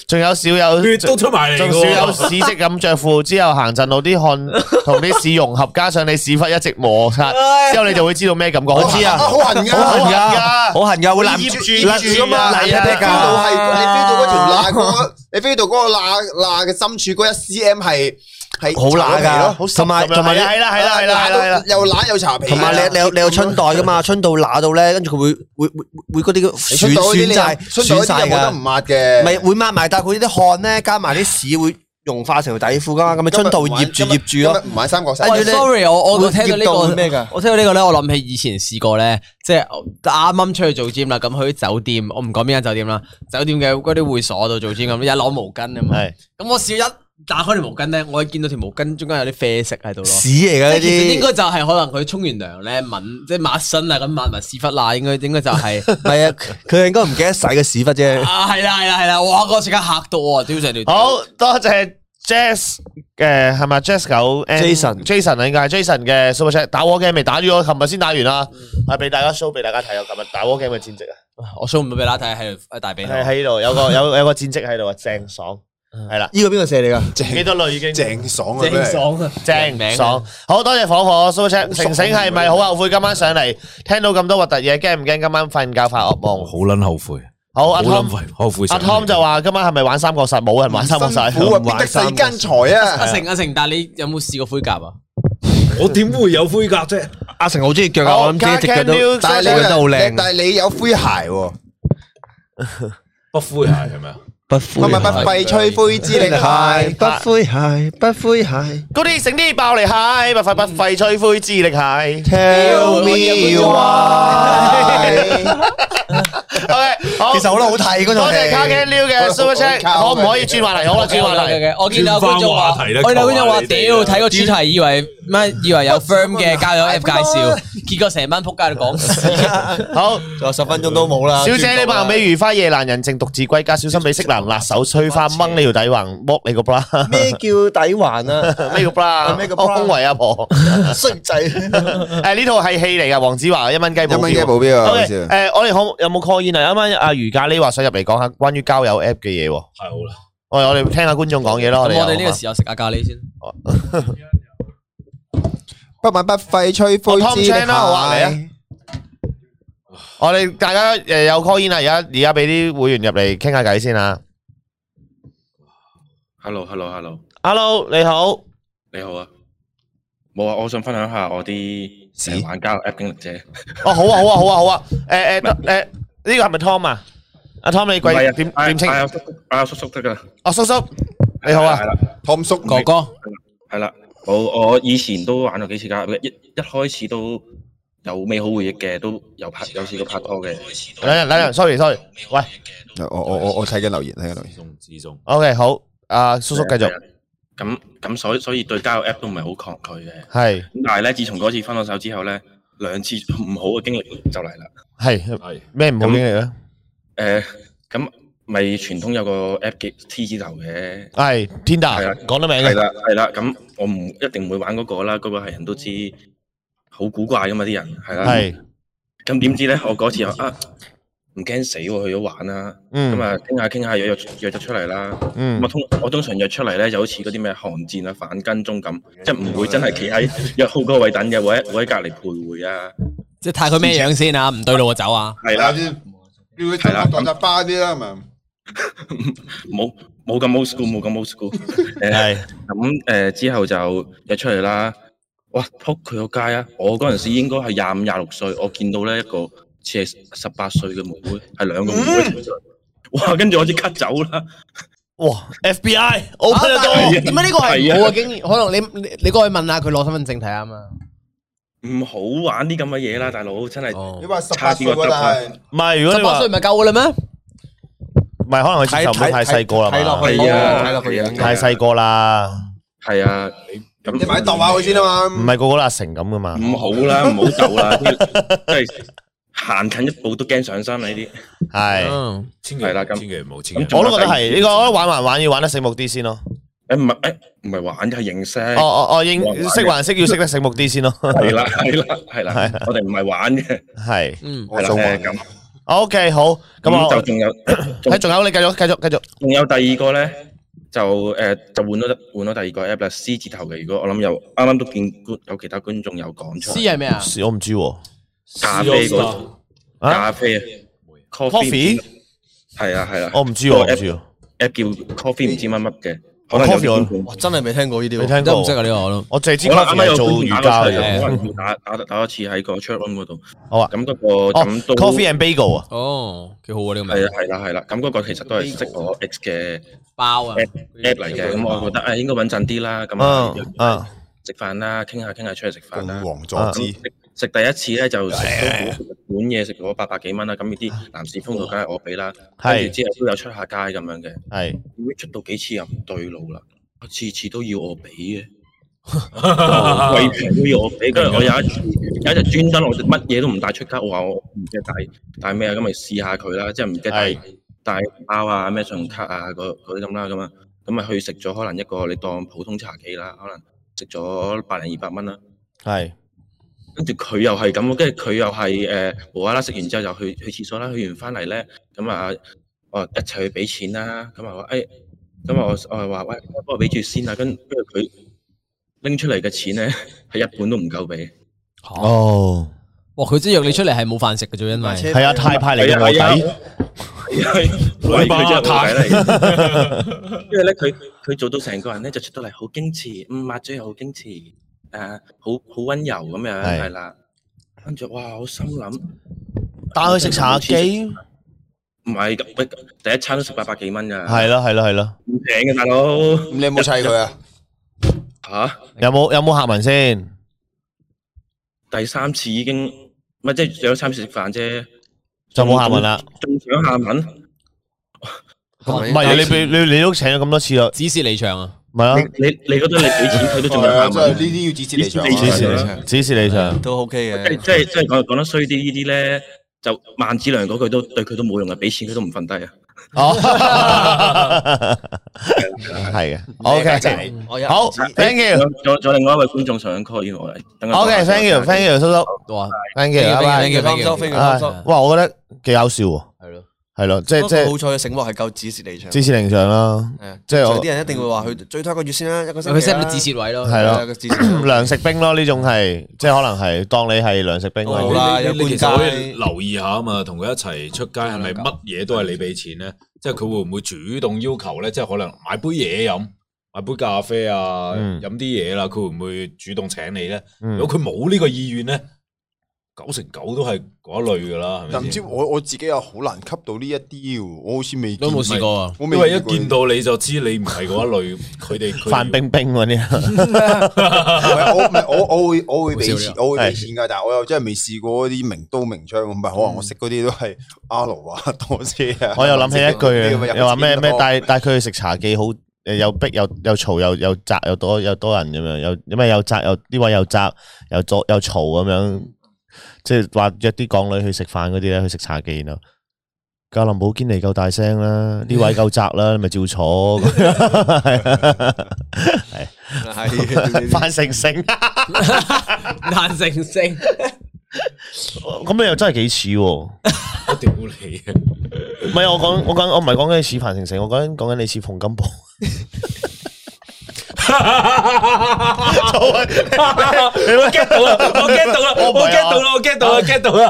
C: 仲有少有，
E: 血都出埋嚟
C: 仲
E: 嘅
C: 少有
E: 喎。
C: 屎跡咁着褲。之後行陣路啲汗同啲屎融合，加上你屎忽一直摩擦，之後你就會知道咩感覺。我知啊，
D: 好痕噶，
C: 好痕㗎
F: 好痕噶，會攬
D: 黏住
F: 住
D: 黏住㗎嘛
F: 攬
D: 你
F: 一
D: 飛
F: 劈
D: 到
F: 噶。
D: 係你 feel 到嗰條罅嗰個，你 feel 到嗰個罅罅嘅深處嗰一 cm 係係
F: 好乸
D: 搽咗皮
F: 㗎
D: 咯，
F: 同埋同埋
C: 係啦係啦係啦係啦係啦。
D: 又乸又搽皮，
F: 同埋你你有你有春袋噶嘛？春到乸到咧，跟住佢會會會會嗰啲
D: 你
F: 損
D: 春袋嗰啲
F: 損
D: 你
F: 晒
D: 又春
F: 損
D: 袋嗰啲
F: 晒
D: 又冇得唔
F: 㗎，
D: 抹嘅，
F: 唔係會抹埋，但係佢啲汗咧加埋啲屎會融化成條底褲噶嘛，咁咪
D: 今日
F: 春
D: 唔
F: 到
D: 玩
F: 醃住
D: 今日
F: 醃住咯。
D: 今日唔玩三角手，
F: 跟
B: 喂
F: 住呢
B: ，sorry，我我聽到呢
F: 會醃到
B: 個
F: 咩㗎
B: 我聽到呢個咧，我諗起以前試過咧，即係啱啱出去做 gym 啦，咁去啲酒店，我唔講邊間酒店啦，酒店嘅嗰啲會所度做 gym 咁，一攞毛巾啊嘛，
C: 係
B: 咁我試一打開條毛巾咧，我見到條毛巾中間有啲啡色喺度咯。
F: 屎嚟㗎呢
B: 即係其實應
F: 啲，
B: 該就係可能佢沖完涼咧，抿即係抹身啊，咁抹埋屎忽罅，應該應該就係、
F: 唔係啊，佢應該唔記得洗個屎忽啫。
B: 啊，係啦係啦係啦，哇！嗰個瞬間嚇到我，屌成條
C: 好多謝 Jess 誒係咪 Jess 九
F: Jason
C: Jason 啊應該係 Jason 嘅 super chat 打 war game 未打咗，我琴日先打完啦，係俾大家 show 俾大家睇我琴日打 war game 嘅戰績啊，
B: 我 show 唔到俾大家睇，喺喺大髀度。
C: 係喺呢度有個有有個戰績喺度啊，正爽係啦，
F: 呢個邊個射你㗎？
C: 幾多類已經
D: 正爽啊，
B: 正爽啊！
C: 正爽，好多謝火火 super chat，成成係咪好後悔今晚上嚟聽到咁多核突嘢，驚唔驚今晚瞓覺發噩夢？
E: 我好撚後悔，
C: 好
E: 好
C: 阿
E: 撚
C: Tom
E: 後悔後悔死
C: 阿 Tom 就話今晚係咪玩三國殺？冇人玩三國殺，
D: 辛苦啊，必得世間財
B: 阿
D: 啊，
B: 成阿成，但係你有冇試過灰甲啊？
E: 我點會有灰格啫？
F: 阿成好中意腳啊，
C: 好
F: 我諗自己隻腳
C: Can you-
F: 都，但
D: 但係你
F: 係你腳都好靚。
D: 但係你有灰鞋喎，
E: 不灰鞋係咪啊？
F: 不灰
D: 唔係不費吹灰之
F: 鞋
D: 力鞋，，
F: 不灰鞋，不灰鞋。
C: 嗰啲整啲爆嚟蟹，不費不費吹灰之力蟹。
F: Tell me why。
C: OK，好，
F: 其實好啦，好睇嗰
C: 多
F: 套
C: 謝卡 Can
F: 戲。
C: Liu 嘅 Super Chat，
D: 好
C: 可唔可以轉話題？好啦，轉話題。
B: 嘅，我見到有觀眾話，
E: 轉返話題啦
B: 我見到有觀眾話，
E: 求下你哋
B: 屌
E: 啦
B: 睇個主題以為咩？以為有 firm 嘅交友 app 介紹，結果成班仆街喺度講屎。
C: 好，
F: 仲有十分鐘都冇
A: À,
F: 啦。
C: 小姐你貌美如花，夜闌人靜，獨自歸家，小心俾色狼辣手吹花，掹你條底橫，剝你個 bra，
F: 咩叫底環啊？
C: 咩個 bra，
F: 咩個 bra？
C: 我恭維阿婆。
F: 衰仔，
C: 誒呢套係戲嚟㗎，黃子華一蚊雞保
D: 一
C: 鏢
D: 蚊雞保鏢啊，好
C: OK，
D: 似
C: 誒我哋可有冇 call in 啊？啱啱阿余咖喱話想入嚟講下關於交友 app 嘅嘢喎。
E: 太好啦！
C: 我哋我哋聽下觀眾講嘢咯。
B: 咁我
C: 有啊
B: 哋呢
C: 好
B: 個
C: 嘛
B: 時候食下咖喱先。
D: 不問不費吹灰之力
C: 我 Tom Chan 啦好啊嚟啊
D: 鞋。
C: 我哋大家誒有 call in 啊，而家而家俾啲會員入嚟傾下偈先啊。
G: Hello，Hello，Hello，
C: Hello，你好，
G: 你好啊！冇啊，我想分享下我啲成玩家 app 經歷啫。
C: 哦好啊好啊好啊好啊，誒誒誒，呢個係咪 Tom 啊？阿 Tom 你
G: 唔係
C: 貴
G: 啊
C: 點
G: 嗌
C: 點稱？
G: 嗌我叔嗌我叔叔得噶啦。
C: 哦叔叔你好啊
G: 係，啦，
D: Tom 叔
B: 哥哥，
G: 係啦，我我以前都玩咗幾次家，一一開始都有美好回憶嘅，都有
C: 啊
G: 拍有試過拍拖嘅。
C: 等陣等陣，sorry sorry，喂
D: 我我我我睇緊留言，睇緊留言。
E: 中之中，
C: ，OK 好，阿叔叔繼續
G: 係，啊。咁咁所以所以對交友 app 都唔係好抗拒嘅。
C: 係
G: 咁但係咧，自從嗰次分咗手之後咧，兩次唔好嘅經歷就嚟啦。
C: 係
E: 系
C: 咩唔好經歷咧？
G: 誒咁咪傳統有個 app 叫 T 字頭
C: 係
G: 嘅。係
C: Tinder
G: 啊
C: 講得明
G: 係
C: 嘅，
G: 啦係啦，咁我唔一定唔會玩嗰個啦，嗰、個係人都知，好古怪噶嘛啲人係啦。
C: 係
G: 咁點知咧？我嗰次又啊唔驚死喎，去咗玩啦。咁
C: 嗯
G: 啊傾下傾下約約約咗出嚟啦。咁啊
C: 嗯
G: 通我通常約出嚟咧就好似嗰啲咩寒戰啊反跟蹤咁，即係唔會真係企 喺約好嗰個位等嘅，會喺會喺隔離徘徊啊。
B: 即系睇佢咩样先啊，唔对路就走啊。
G: 係啦，
H: 叫佢中學當扎巴啲啦，係咪？
G: 冇冇咁 old school，冇咁 old school。誒
C: 係
G: 咁誒、呃之後就約出嚟啦。哇！撲佢個街啊！我嗰陣時應該係廿五廿六歲，我見到咧一個似係十八歲嘅妹妹，係兩個妹
C: 嗯
G: 妹同上。哇！跟住我即刻走啦。
C: 哇 FBI open the
B: 啊
C: door，
B: 但係點解呢個係
G: 係啊
B: 冇嘅經驗？可能你你你過去問下佢攞身份證睇下嘛。
G: 唔好玩啲咁嘅嘢啦，大佬真係。
B: 哦
H: 你話十八歲喎，但係
C: 唔係如果
B: 十
C: 你
B: 八
C: 話
B: 歲咪夠嘅啦咩？
C: 唔係可能佢接受唔到太細個啦
F: 睇落
C: 嘛，
F: 去
G: 係啊
F: 睇落去樣
C: 太細個啦，
G: 係啊，咁
H: 你買度下佢先啊
C: 唔
H: 嘛。
C: 係個個都阿成咁噶嘛，
G: 唔好啦，唔好走啦，即係行近一步都驚上身啊呢啲。
C: 係。
B: 嗯，
E: 千祈
G: 係啦咁
E: 千祈唔好，千祈唔好
C: 我都覺得係呢個，我覺得玩還玩要玩得醒目啲先咯。
G: 誒唔係誒唔係玩嘅係認識。
C: 哦哦哦，應
G: 玩玩嘅
C: 識還識要識得醒目啲先咯。
G: 係啦係啦係啦，我哋唔係玩嘅。
C: 係
B: 嗯，
H: 我
G: 係啦
H: 想
G: 誒
H: 玩
G: 咁
C: ，OK 好。咁
G: 咁就
C: 我
G: 仲有。
C: 喺仲有你繼續繼續繼續。
G: 仲有第二個咧，就誒、呃就換咗換咗第二個 app 啦，C 字頭嘅。如果我諗有啱啱都見觀有其他觀眾有講出
B: 詩係咩啊？
C: 我唔知喎。
G: 咖啡嗰
C: 啊
G: 咖啡啊
C: Coffee？
G: 係啊係啦
C: 我唔知喎，我唔知喎。
G: ，app 叫 coffee 唔知乜乜嘅，可
C: 哦
G: 能有
C: coffee 我
G: 啲觀眾
F: 哇，真係未聽過呢啲
C: 未
F: 喎。
C: 聽
B: 都唔
C: 過
B: 識。啊呢個我都。
C: 我淨係知
G: 我啱
C: coffee
G: 啱有
C: 係做
G: 觀
C: 瑜
G: 眾
C: 伽
G: 打
C: 嘅
G: 咗出嚟，
C: 啫。
G: 可能要打打打一次喺個 chat room 嗰度。
C: 好啊。
G: 咁嗰個
C: 哦
G: 咁都
C: oh, ，coffee and bagel à? 啊。
B: 哦，幾好啊呢個
G: 係
B: 名
G: 啊。係啦係啦，咁嗰個其實都係識我 ex 嘅
B: 包啊，
G: app 嚟嘅，咁我覺得誒應該穩陣啲啦，咁啊
C: 嗯嗯。
G: 食飯啦，傾下傾下出去食飯啦。
D: 黃
C: 啊
D: 佐之，
G: 食食第一次咧就食到日本嘢食咗八百幾蚊啦，咁呢啲男士風度梗係我俾啦，跟
C: 係
G: 住之後都有出下街咁樣嘅，
C: 係。
G: 咁出到幾次又唔對路啦，次次都要我俾嘅，
E: 係
G: 貴哦平都要我俾，跟住我有一次有一日專登我乜嘢都唔帶出街，我話我唔記得帶帶咩啊，咁咪試下佢啦，即係唔記得帶
C: 係
G: 帶包啊咩信用卡啊嗰嗰啲咁啦，咁啊咁咪去食咗可能一個你當普通茶記啦，可能食咗百零二百蚊啦。
C: 係。
G: 跟住佢又係咁，跟住佢又係誒無啦啦食完之後又去去廁所啦，去完翻嚟咧，咁啊，我話一齊去俾錢啦，咁啊話誒，咁啊我我話喂，幫我俾住先啊，跟跟住佢拎出嚟嘅錢咧 係一半都唔夠俾，
B: 哦，
C: 哦。
B: 哇！佢即係約你出嚟係冇飯食嘅啫，因為
C: 係啊，太派嚟嘅卧
G: 係啊
C: 底。
G: 喂佢啊真係冇計啦， 因為咧佢佢做到成個人咧就出到嚟好矜持，嗯抹嘴又好矜持，誒、好好温柔咁樣
C: 係
G: 係啦，跟住哇我心諗。
C: 帶佢食茶記。係
G: 唔係咁，喂第一餐都食八百幾蚊
C: 咯
G: 㗎，
C: 係咯係咯。
G: 唔平嘅大佬
D: 咁你有冇砌佢啊？
G: 吓。
C: 有冇有冇下文先？
G: 第三次已經唔係即係有三次食飯啫，
C: 就冇下文啦。
G: 仲想下文？
C: 唔係你俾你你都請咗咁多次啦，
B: 指示離場啊。
C: 咪啦，
G: 你你覺得你俾錢佢都仲
H: 係
G: 有下
H: 啊，即係呢
G: 文？即
H: 啲要指示你上啊。
G: 指示你
H: 係
G: 上
H: 啊
C: 指示你上。
F: 都 OK
G: 係
F: 嘅，
G: 即係即係講講得衰啲呢啲咧，就萬子良嗰句都對佢都冇用嘅，俾錢佢都唔瞓低啊！
C: 哦，係嘅，OK，好，thank
G: 仲
C: you。
G: 有仲有仲有另外一位觀眾想 call in 我嚟等我講下
C: OK，thank you，thank you，叔叔
B: 哇！
C: ，thank you，拜拜。
F: 你放收飛，
C: 啊
F: 放收。
C: 哇，我覺得幾搞笑喎，
B: 係咯，
C: 係咯，即係
F: 不
C: 即
F: 過
C: 係
F: 好彩嘅醒目係夠指示離場。
C: 指示令上啦，
F: 係啊
C: 即係
F: 所以
C: 我
F: 啲人一定會話佢最多一個月先啦，一個星
B: 佢
F: 期
B: set
F: 啦
B: 咗指示位咯。
C: 係
F: 係
C: 咯
F: 啊，，個指示位
C: 糧食兵咯，呢種係即係可能係當你係糧食兵
F: 好
C: 嗰
F: 啦
C: 啲，
E: 你你
F: 有
E: 你其
F: 半
E: 實
F: 街
E: 可以留意下啊嘛，同佢一齊出街係咪乜嘢都係你俾錢咧？即係佢會唔會主動要求咧？即係可能買杯嘢飲，買杯咖啡啊，
C: 嗯
E: 飲啲嘢啦，佢會唔會主動請你咧？
C: 嗯
E: 如果佢冇呢個意願咧，九成九都係嗰一類噶啦，係
D: 但唔
E: 咪
D: 知
E: 先？
D: 我我自己又好難吸到呢一啲喎，我好似未
B: 都冇
D: 試
B: 試，過啊！
D: 我
E: 因為
D: 未
E: 一見到你就知你唔係嗰一類，佢哋佢
C: 范冰冰嗰啲啊，
D: 唔係我唔係 我我會我會俾
B: 好
D: 錢
B: 笑
D: 我會俾錢㗎，但係我又真係未試過嗰啲明刀明槍，唔係可能我識嗰啲都係阿羅啊多姐 啊，
C: 我又諗起一
D: 呢啲咁
C: 句
D: 嘅
C: 啊，
D: 日
C: 又話
D: 本
C: 咩
D: 片
C: 咩
D: 咯
C: 帶帶佢去食茶記好，誒又逼又又嘈又又窄又多又多人咁樣，又因為又窄又呢位又窄又作又嘈咁樣，即係話約啲港女去食飯嗰啲咧，去食茶記然後格林寶堅尼夠大聲啦，呢位夠窄 啦，你咪照坐。范成成，
B: 難成 性，
C: 咁你又真係幾似喎。
E: 我屌你啊！
C: 唔係我講，我講，我唔係講緊你似范丞丞，我講緊講緊你似馮 金寶。
E: 我 get 到啦，我 get 到啦，
B: 啊
E: 我 get 到啦，我 get 到啦，get 到啦，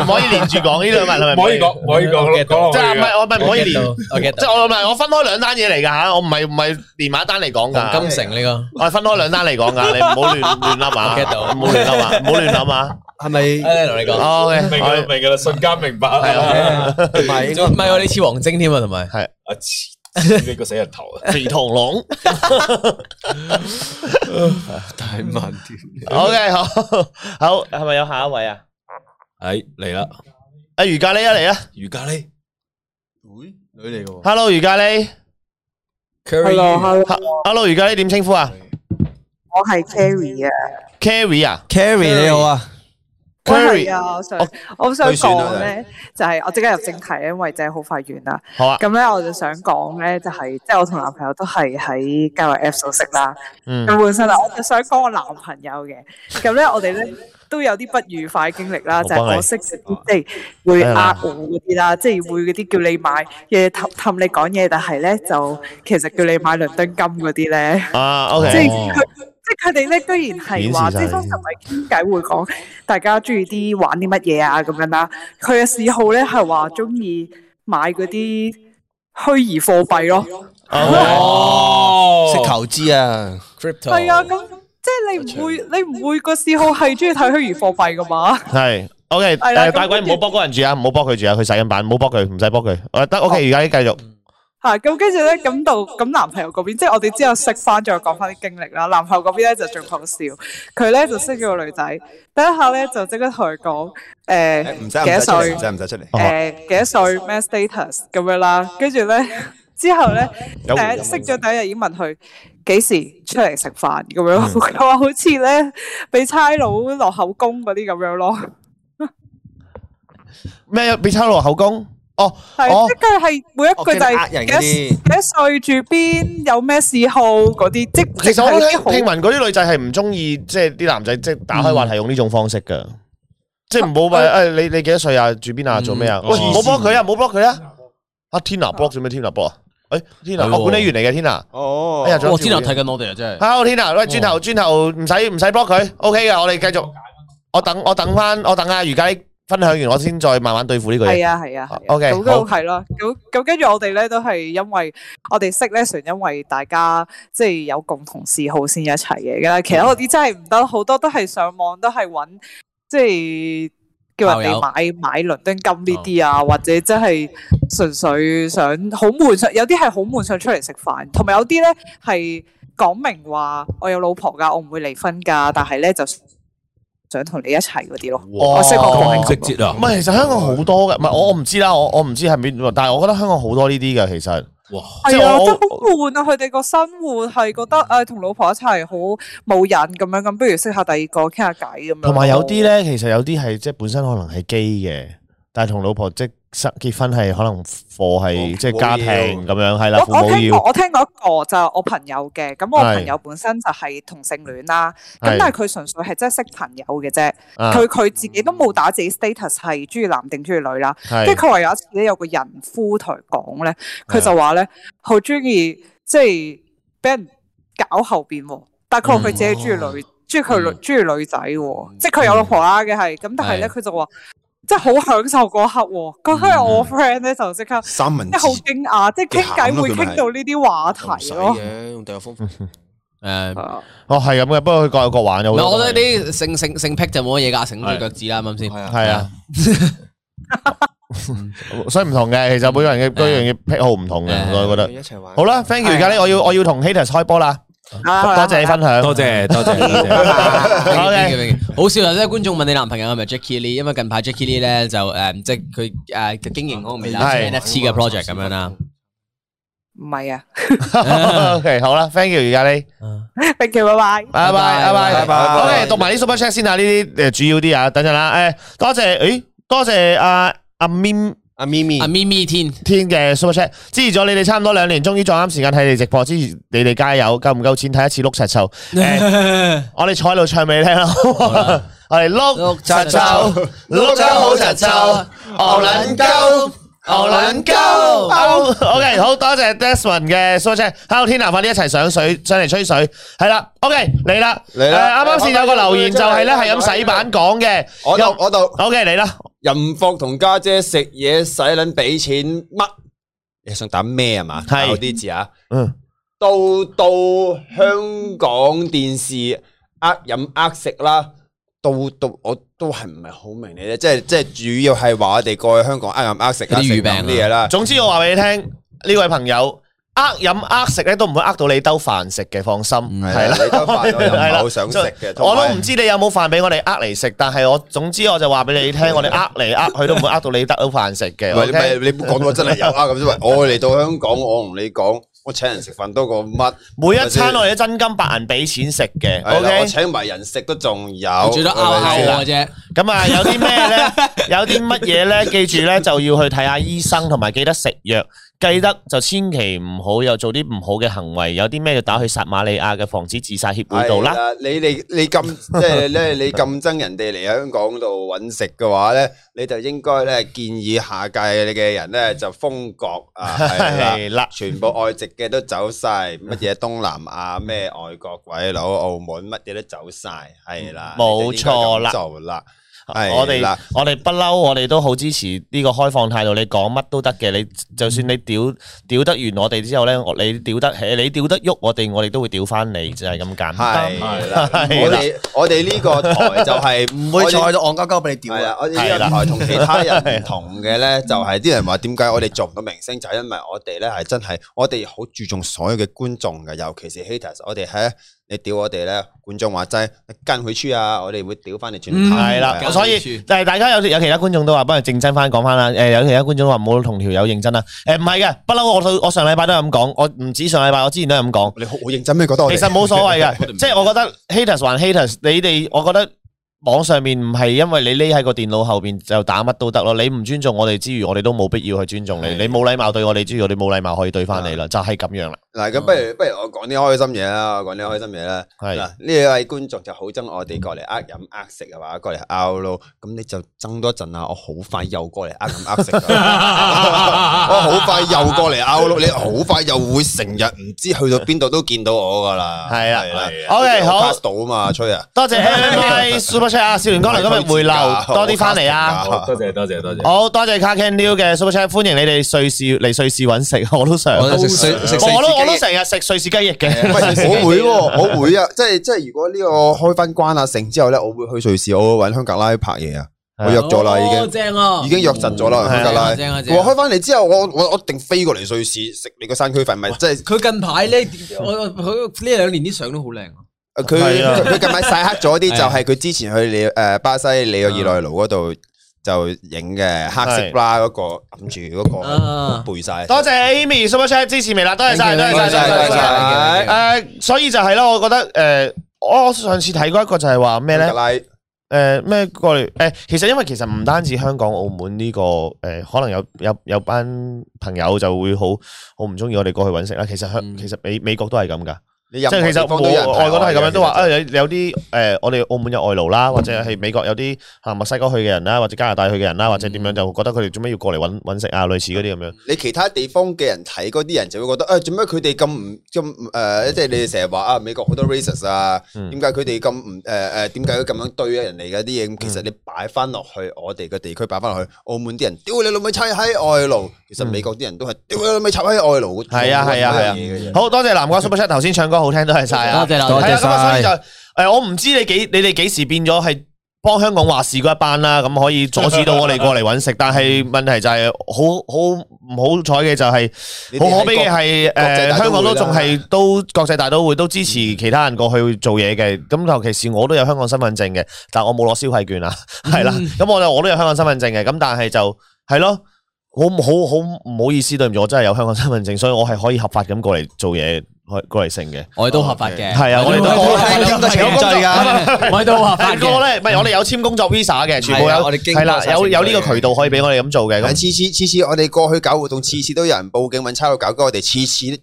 C: 唔可以連住講呢兩個人係咪？
E: 唔可以講，唔可以講，講落
C: 即係唔
E: 去
C: 係我唔係唔可以連，即
B: 我 get
C: 係我唔係我分開兩單嘢嚟㗎嚇，我唔係唔係連埋一單嚟講
B: 到
C: 㗎，
B: 金城呢個
C: 我係分開兩單嚟講㗎，你唔好亂亂諗啊，
B: 我 get 到
C: 唔好亂諗啊，唔好亂諗啊。
B: 誒，哎同你講，
C: 哦
E: 明
C: ，OK，
E: 噶啦
C: 我，
E: 明噶啦，瞬間明白
C: 係
E: 啦。
C: 啊，
B: 唔係喎，你似王晶添啊，同埋
E: 啊黐黐你個死人頭啊！
C: 肥螳螂。
F: 大慢啲。
C: OK，好 好，係咪有下一位啊？
E: 哎嚟啦，
C: 阿余咖喱一嚟啊
E: 瑜伽呢？
C: ！Hello，余咖喱
I: Hello Hello，
C: ，Hello，余咖喱點稱呼啊
I: 我係 Carrie 啊，
C: à? ？Carrie 啊
A: Carrie 你好啊，
C: ，Carrie
I: 係啊，我想
C: 哦
I: 我好想
D: 推選啦
I: 講咧，就係我即刻入正題，啊因為真係好快完啦。
C: 好啊，
I: 咁咧我就想講咧，就係即係我同男朋友都係喺交友 Apps 度識啦。
C: 嗯
I: 咁本身啊，我就想講我男朋友嘅。咁咧我哋咧都有啲不愉快經歷啦，
C: 我
I: 就
C: 幫
I: 係
C: 你
I: 我識嗰啲即係會呃我嗰啲啦，即係會嗰啲叫你買嘢氹氹你講嘢，但係咧就其實叫你買倫敦金嗰啲咧。
C: 啊
I: 即
C: À, ，OK，
I: 係佢，即係佢哋咧，居然係話，即係通常咪傾偈會講哎大家中意啲玩啲乜嘢啊咁樣啦。佢嘅嗜好咧係話中意買嗰啲虛擬貨幣咯。
E: 哦
A: 識投資啊，
B: crypto
I: 係啊，咁即係你唔會，你唔會個嗜好係中意睇虛擬貨幣噶嘛？
C: 係。O K，
I: 係啦
C: 誒，
I: 咁
C: 大鬼唔好幫嗰個人住啊，唔好幫佢住啊，佢洗緊版，唔好幫佢，唔使幫佢。誒，得 O K，而家繼續。
I: 嚇咁跟住咧，咁到咁男朋友嗰邊，即係我哋之後識翻，再講翻啲經歷啦。男朋友嗰邊咧就最好笑，佢咧就識咗個女仔，第一下咧就即刻同佢講誒
D: 唔
I: 幾
D: 使唔
I: 多
D: 使出嚟，
I: 歲
D: 唔。使唔使出嚟。
I: 誒幾多歲咩 status 咁樣啦，跟住咧之後咧，第
C: 有回
I: 一識咗第一日已經問佢幾時出嚟食飯咁樣， 佢話好似咧俾差佬落口供嗰啲咁樣咯，
C: 咩？俾差佬口供？哦，
I: 係
C: 哦
I: 即係佢係每一句就
A: 哦驚
I: 係
A: 你呃人
I: 幾
A: 嗰
I: 多
A: 啲
I: 幾多歲住邊，有咩嗜好嗰啲，即
C: 其實我都
I: 係
C: 聽
I: 啲好嗯
C: 聽聞嗰啲女仔係唔中意，即係啲男仔即係打開話題用呢種方式㗎，即
I: 啊
C: 係唔好話誒你你幾多歲啊？住邊啊？做咩啊？
E: 嗯
C: 喂，唔好
E: 哦
C: 幫佢啊！唔好幫佢啊！阿 Tina block 做咩？Tina block 啊？誒，Tina，
B: 係喎
C: 我管理員嚟嘅 Tina。
D: 哦，
C: 哎呀，仲有
B: 我
C: 條
B: 天啊
C: 片
B: 睇緊我哋啊， 真係。
C: Hello Tina，喂，轉頭轉頭唔使唔使 block 佢，OK 噶，我哋繼續。我等我等翻，我等阿瑜佳分享完，我先再慢慢對付呢個嘢。
I: 係啊係啊係啊
C: OK，
I: 咁
C: 好
I: 都係咯，咁咁跟住我哋咧都係因為我哋識咧，純因為大家即係有共同嗜好先一齊嘅，但係
C: 嗯
I: 其他嗰啲真係唔得，好多都係上網都係揾即係叫人哋買買倫敦金呢啲啊，或者真係純粹想好悶想，有啲係好悶想出嚟食飯，同埋有啲咧係講明話我有老婆㗎，我唔會離婚㗎，但係咧就想同你一齊嗰啲咯。我識個
C: 哦
I: 同係
E: 直接啊
C: 唔！係，其實香港好多嘅，唔係我我唔知啦，我我唔知係邊，但係我覺得香港好多呢啲嘅，其實
E: 哇，
C: 即
I: 係
C: 係
I: 啊，
C: 我
I: 真係好悶啊！佢哋個生活係覺得誒同老婆一齊好冇癮咁樣，咁不如識下第二個傾下偈咁樣。
C: 同埋有啲咧，其實有啲係即係本身可能係基嘅，但係同老婆即係生結婚係可能貨係
D: 父
C: 即係家庭咁樣係啦，
I: 我
C: 父母
I: 我聽過
C: 要
I: 我聽過一個就係我朋友嘅，咁我
C: 係
I: 朋友本身就係同性戀啦，咁
C: 係
I: 但係佢純粹係真係識朋友嘅啫，
C: 啊
I: 佢佢自己都冇打自己 status 係中意男定中意女啦，
C: 係
I: 跟住佢話有一次咧有個人夫同佢講咧，佢就話咧好中意即係俾人搞後邊喎，但係佢話佢自己中意女，中意佢女中意女仔喎，即係佢有老婆啦嘅係，咁但係咧
B: 係
I: 佢就話即係好享受嗰刻喎，嗰刻我 friend 咧就即刻即
D: 三文治
I: 係好驚訝，即係傾偈會傾到呢啲話題咯，
A: 嘅，用第二個方法。
B: 诶，
I: 係啊
C: 哦，系咁嘅，不過佢各有各玩嘅。好
B: 唔係
C: 多
B: 我
C: 都
B: 覺
C: 係
B: 得啲性性性癖就冇乜嘢㗎，成對腳趾啦，啱唔啱先？
C: 係啊， 所以唔同嘅，其實每個人嘅嗰樣嘢癖好唔同嘅，
B: 誒
C: 我覺得。
F: 一齐玩
C: 好啦，thank you，而家咧我要我要同 haters 開波啦，
I: 啊
C: 多謝你分享。
E: 多謝多謝多謝。
B: 明嘅
C: OK
B: 明嘅明嘅好笑啊！即係觀眾問你男朋友係咪 Jackie Lee，因為近排 Jackie Lee 咧就诶，即係佢诶佢經營嗰個微辣
C: 係
B: NFT 嘅 project 咁樣啦。
I: 唔係啊
C: OK，好啦，thank you，而家你。
I: ，thank you，拜拜。
C: 拜拜
B: 拜
C: 拜拜。
B: 拜
D: 拜
C: OK，讀埋啲 super chat 先啊，呢啲誒主要啲啊，等陣啦。誒，多謝，誒，多謝阿阿 Min。
F: 阿咪咪
C: À,
B: 阿咪咪天，
C: 天嘅 super chat 支持咗你哋差唔多兩年，終於再啱時間睇你直播，支持你哋加油，夠唔夠錢睇一次碌柒 臭？誒我哋坐喺度唱俾你 聽咯，我哋碌柒臭，碌得好柒臭，牛撚鳩。牛撚鳩，OK，好多謝 Desmond 嘅 super chat，Hello 天南，快啲一齊上水，上嚟吹水，係啦，OK Ờ, 嚟啦，
D: 嚟啦
C: 誒啱啱先有個留言就係咧，係咁洗版講嘅，
D: 我度我度，
C: ，OK 嚟啦，
D: 淫服同家姐食嘢使撚俾錢乜？你想打咩啊嘛？
C: 係
D: 有啲字啊。
C: 嗯，
D: 到到香港電視呃飲呃食啦，到到我都係唔係好明你咧？即係即係主要係話我哋過去香港呃飲呃食啦，
B: 有啲
D: 食
B: 語病
D: 咁
B: 啊
D: 啲嘢啦。
C: 总之我话俾你听，呢位朋友呃飲呃食咧都唔會呃到你兜飯食嘅，放心
D: 係
C: 係
D: 啦，
C: 啦。
D: 你都飯我又唔係好想食嘅，
C: 我都唔知你有冇飯俾我哋呃嚟食，但係我總之我就話俾你聽，我哋呃嚟呃去都唔會呃到你得到飯食嘅。
D: 喂，你
C: OK？
D: 咪你講到真係有啊咁 啫。喂我嚟到香港，我同你講，我請人食飯多過乜？
C: 每一餐我哋都真金白銀俾錢食嘅。
D: 係啦
C: OK，
D: 我請埋人食都仲有，
B: 我最多拗
D: 係
B: 啊
D: 咪
B: 拗
D: 先
B: 我啫。
C: 咁啊，有啲咩咧？ 有啲乜嘢咧？記住咧，就要去睇下醫生，同埋記得食藥。記得就千祈唔好又做啲唔好嘅行為，有啲咩要打去撒馬利亞嘅防止自殺協會度啦。
D: 係。你哋你咁 即係咧，你咁憎人哋嚟香港度揾食嘅話咧，你就應該咧建議下屆你嘅人咧就封國 啊，係啦。
C: 係啦。
D: 全部外籍嘅都走 晒，乜嘢東南亞咩外國鬼佬、澳門乜嘢都走晒，係啦，
C: 冇錯
D: 你哋應
C: 啦
D: 該咁做啦，係
C: 我哋
D: 啦
C: 我哋不嬲，我哋都好支持呢個開放態度。你講乜都得嘅，你就算你屌屌得完我哋之後咧，我你屌得起，你屌得喐我哋，我哋都會屌翻你，就係咁簡單。
D: 係啦，
C: 係
D: 我
C: 啦
D: 哋我哋呢個台就係
F: 唔會坐喺度戇鳩鳩俾你
D: 系
F: 屌
D: 啦
F: 啊！，
D: 我哋呢個台同其他人唔同嘅 咧，就係啲人話點解我哋做唔到明星，就係因為我哋咧係真係我哋好注重所有嘅觀眾嘅，尤其是 haters，我哋喺你屌我哋咧，觀眾話齋跟佢出啊，我哋會屌翻你轉頭，啊
C: 係啦
B: 嗯，
C: 所
B: 交易
C: 以
B: 處
C: 但係大家有有其他觀眾都話，不如認真翻講翻啦。誒，有其他觀眾話唔好同條友認真啦。誒，唔係嘅，不嬲我我上禮拜都係咁講，我唔止上禮拜，我之前都係咁講。
D: 你好好認真咩？覺得我
C: 其
D: 哋
C: 實冇所謂嘅，即係我覺得 haters 還 haters，你哋我覺得網上面唔係因為你匿喺個電腦後邊就打乜都得咯，你唔尊重我哋之餘，我哋都冇必要去尊重你。你冇禮貌對我哋之餘，我哋冇禮貌可以對翻你啦，就係咁樣啦。
D: 嗱，咁不如不如我講啲開心嘢啦，我講啲開心嘢啦。
C: 係
D: 嗱，呢位觀眾就好憎我哋過嚟呃飲呃食係嘛，過嚟拗咯，咁你就爭多陣啊！我好快又過嚟呃飲呃食㗎，啊 我好快又過嚟拗咯，你好快又會成日唔知去到邊度都見到我噶啦。
C: 係啦
D: 係啦
C: OK，好
D: pass 到啊嘛，吹啊！
C: 多謝 M I Super Chat 啊，少年江流今日回流多啲翻嚟啊！
E: 好多謝多謝多謝。
C: 好多謝 Car Can New 嘅 Super Chat，歡迎你哋瑞士嚟瑞士揾食， 我都想，我
B: 我
C: 都
B: 食食食
C: 我都我都成日食瑞士雞翼嘅。
D: 喂，我會喎，我會啊！即係即係，如果呢個開翻關啊成之後咧，我會去瑞士，我會揾香格拉拍嘢啊！我約咗啦，已經
B: 哦。正啊，
D: 已經約實咗
C: À,
D: 啦，香格拉。
B: 正啊正啊
D: 我開翻嚟之後，我我我一定飛過嚟瑞士食你個山區飯，咪即係
B: 佢近排咧，我我佢呢兩年啲相都好靚啊。
D: 佢
C: 係啊
D: 佢佢近排曬黑咗啲，
B: 係
D: 就係佢之前去你誒巴西里個熱內盧嗰度就影嘅黑色啦嗰個揞住嗰
C: Ờ.
B: 啊
D: 個背晒。
C: 多謝 Amy Super Chat 支持未啦，多謝晒，多謝晒，
D: 多謝
C: 多謝
D: 多謝
C: 晒。
D: 多謝
C: 誒，所以就係咯，我覺得誒，我上次睇過一個就係話咩
D: 香
C: 咧
D: 格？拉
C: 誒咩過嚟誒，其實因為其實唔單止香港、澳門呢個誒，可能有有有班朋友就會好好唔中意我哋過去揾食啦。其實香
B: 嗯
C: 其實美美國都係咁噶，
D: 你
C: 即
D: 任何
C: 係其實
D: 地方都有人
C: 我外國都係咁樣，都話
D: 排
C: 誒有有啲誒，我哋澳門有外勞啦，或者係美國有啲啊墨西哥去嘅人啦，或者加拿大去嘅人啦，或者
D: 嗯
C: 點樣就覺得佢哋做咩要過嚟揾揾食啊，類似嗰啲咁樣。
D: 你其他地方嘅人睇嗰啲人就會覺得，誒哎做咩佢哋咁唔咁誒？即係你哋成日話啊，美國好多 racist 啊，
C: 嗯
D: 點解佢哋咁唔誒誒？點解咁樣對啊人哋嘅啲嘢？咁其
C: 嗯
D: 實你擺翻落去我哋嘅地區，擺翻落去澳門啲人，屌你老味砌閪外勞，其實美國啲人都係屌你老味砌閪外勞，
C: 嗯係啊係啊係啊
D: 係嗯
C: 好多謝南瓜 super chat 頭先唱歌歌好聽都係晒啊！
B: 多謝
C: 係
B: 多
C: 啊
B: 謝
C: 咁啊，所
A: 晒
C: 以就诶，誒我唔知你幾你哋幾時變咗係幫香港話事嗰一班啦，咁可以阻止到我哋過嚟揾食。但係問題就係好好唔好彩嘅就係好可悲嘅係
H: 國際
C: 诶，
H: 大都會啦
C: 誒香港都仲係都國際大都會都支持其他人過去做嘢嘅。咁尤其是我都有香港身份證嘅，但我冇攞消費券啊，係啦。咁我就我都有香港身份證嘅，咁但係就係咯。好好好唔好意思，對唔住，我真係有香港身份證，所以我係可以合法咁過嚟做嘢，過過嚟成嘅。
B: 我哋都合法嘅，
C: 係啊我哋都
B: 合法
C: 我哋都
B: 嘅
C: 有工作
B: 我哋都合法
C: 大哥
B: 嘅。
C: 咧，唔係我哋有簽工作 visa 嘅，全部
F: 係啊
C: 有
F: 我哋經
C: 係啦
F: 過，晒
C: 有
F: 程
C: 有呢
F: 序
C: 個
F: 嘅
C: 渠道可以俾我哋咁做嘅。
D: 但
C: 咁
D: 啊次次次次我哋過去搞活動，次次都有人報警揾差佬搞，跟我哋次次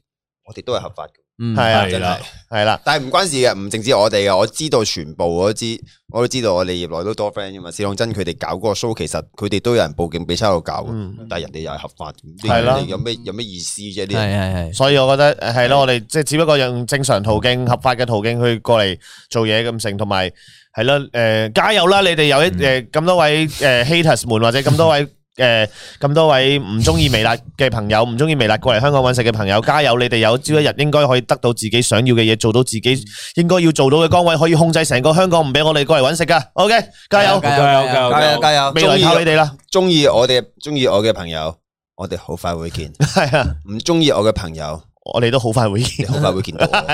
D: 我哋都係合法嘅，
B: 嗯
C: 係啊，
E: 係啦
C: 係啦，
D: 但係唔關事嘅，唔淨止我哋嘅，我知道全部我都知，我都知道我哋業內都多 friend 噶嘛。史朗真佢哋搞嗰個 show，其實佢哋都有人報警俾差佬搞嘅，
C: 嗯
D: 但係人哋又係合法嘅，
C: 係啦
D: 你有咩有咩意思啫？呢
B: 係係係，
C: 所以我覺得係咯，我哋即係只不過用正常途徑、合法嘅途徑去過嚟做嘢咁成，同埋係咯，誒加油啦！你哋有一誒咁多位誒 haters 們，或者咁 多位。誒咁多位唔中意微辣嘅朋友，唔中意微辣過嚟香港揾食嘅朋友，加油！你哋有朝一日應該可以得到自己想要嘅嘢，做到自己應該要做到嘅崗位，可以控制成個香港，唔俾我哋過嚟揾食噶。OK，加 à, 油！
B: 加油加油
E: 加油
F: 加油加油！
C: 未來靠你哋啦，
D: 中意我哋中意我嘅朋友，我哋好快會見；
C: 係啊，
D: 唔中意我嘅朋友，
C: 我哋都好快會見
D: 你。好快會見到我。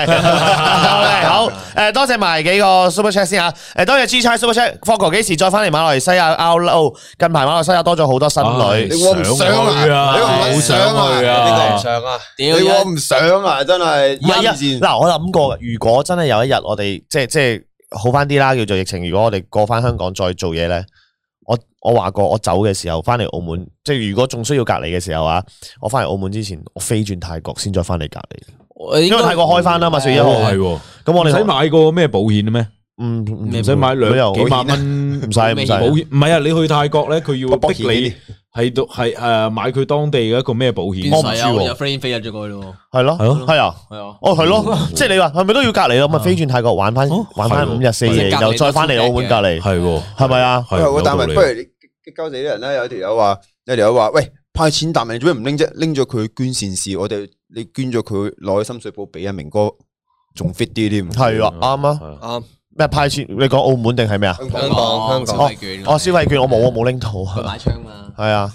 C: 好，诶，多謝埋幾個 super chat 先吓，诶，多謝 G 差 super chat。Fogo 幾時再翻嚟馬來西亞 out low？近排馬來西亞多咗好多新女，
E: 唉
H: 你我唔想啊
E: 去啊，
H: 你我唔想啊
E: 好想去啊
H: 呢個唔
F: 上啊！
B: 屌
H: 你我唔想啊，真係
C: 唔係啊
H: 黐線
C: 嗱，我諗過，如果真係有一日我哋即係即系好翻啲啦，叫做疫情，如果我哋過翻香港再做嘢咧，我我话过，我走嘅時候翻嚟澳門，即係如果仲需要隔離嘅時候啊，我翻嚟澳門之前，我飛轉泰國先再翻嚟隔離，
B: 因
C: 因為泰國開翻啦嘛，四月一號，
E: 哦係
C: 咁
E: 喎，
C: 我
E: 唔使
C: 哋
E: 買個咩保險咩？
C: 唔
E: 唔使買
C: 旅遊
E: 兩幾百蚊，
C: 唔使唔使
E: 保險唔係啊！你去泰國咧，佢要
D: 博
E: 逼你係讀係誒買佢當地嘅一個咩保險？
B: 啊我唔
C: à,
B: 知
E: 我唔
B: 喎，
E: 知
B: 有
E: 喎
B: friend 飛咗過去咯，
C: 係咯，
E: 係咯
C: 係啊。
B: 係啊，
C: 哦，系咯，即系你话系咪都要隔啊离咯？咪飞转泰国玩翻
E: 哦
C: 玩翻
E: 係喎
C: 五日四夜，
B: 或者隔離
C: 然后再翻嚟澳门隔离，
E: 係喎，
C: 係咪啊
E: 係
D: 喂我
E: 有
D: 但
E: 道
D: 係
E: 理
D: 哎不。如你激鳩死啲人啦！有條友話，有條友話，喂，派錢達明，你做咩唔拎啫？拎咗佢捐善事，我哋你捐咗佢攞去深水埗俾阿明哥，仲 fit 啲添。
C: 系啊，啱啊，
E: 係
C: 咩派钱？你讲澳门定系咩啊？
H: 香
B: 香
H: 港
B: 港香港消費券，
C: 哦，消費券我冇，我冇拎到
B: 佢
C: 啊，
B: 買槍嘛。
C: 係啊。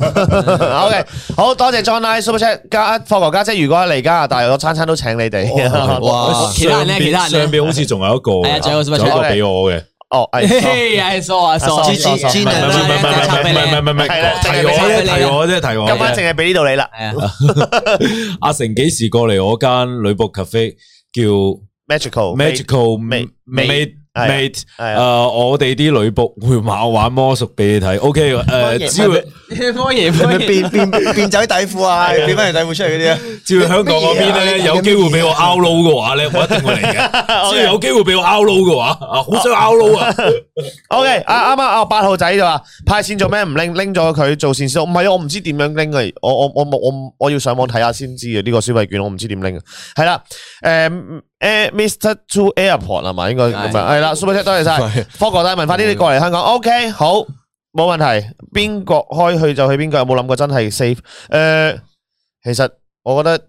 C: OK，好多謝 John Lie Super Chat 家霍哥家姐，如果嚟加拿大，我餐餐都請你哋。
E: Ờ,
B: 哇哦其他人咧其
E: 上邊
B: 他人咧
E: 上邊好似仲有一個嘅，
B: 係啊仲有個
E: 仲
B: super
E: 有一個
C: chat
E: 俾我嘅，
C: 哦，
B: 嘿
C: 係
B: 嘿，係傻啊傻
C: 傻
B: 啊，傻
C: 知知知
B: 係
E: 唔係唔係唔係唔係唔係唔係唔係唔
C: 係啦
E: 係，
C: 淨係
E: 提我
B: 俾你
E: 啫，提我啫，提我啫。
C: 今晚淨係俾呢度你啦
B: 啊，
E: 阿成幾時過嚟我間女仆 cafe 叫？
C: ，Magical
E: Magical
C: Mate-
E: Mate
C: Mate-
E: Mate，
C: 係
E: 誒，
C: 啊
E: 我哋啲女仆會馬玩魔術俾你睇。OK，誒，呃只要
B: 摩耶摩耶，
F: 变变变仔底褲啊，變翻條底褲出嚟嗰啲啊！
E: 只要香港嗰邊咧有機會俾我 out low 嘅話咧，我一定會嚟嘅。只要有機會俾我 out low 嘅話，啊，好想 out low 啊！
C: O K，啊啱啱啊八號仔就話派錢做咩唔拎，拎咗佢做善事。唔係啊，我唔知點樣拎嘅，我我我冇我我要上網睇下先知嘅呢個消費券，我唔知點拎啊。係啦，誒誒，Mr. To Airport 係嘛？應該咁樣係啦。Super Chat 多謝晒，科哥大文快啲你過嚟香港。O、k 好，冇問題。邊個開去就去邊個，有冇諗過真係 safe？誒、其實我覺得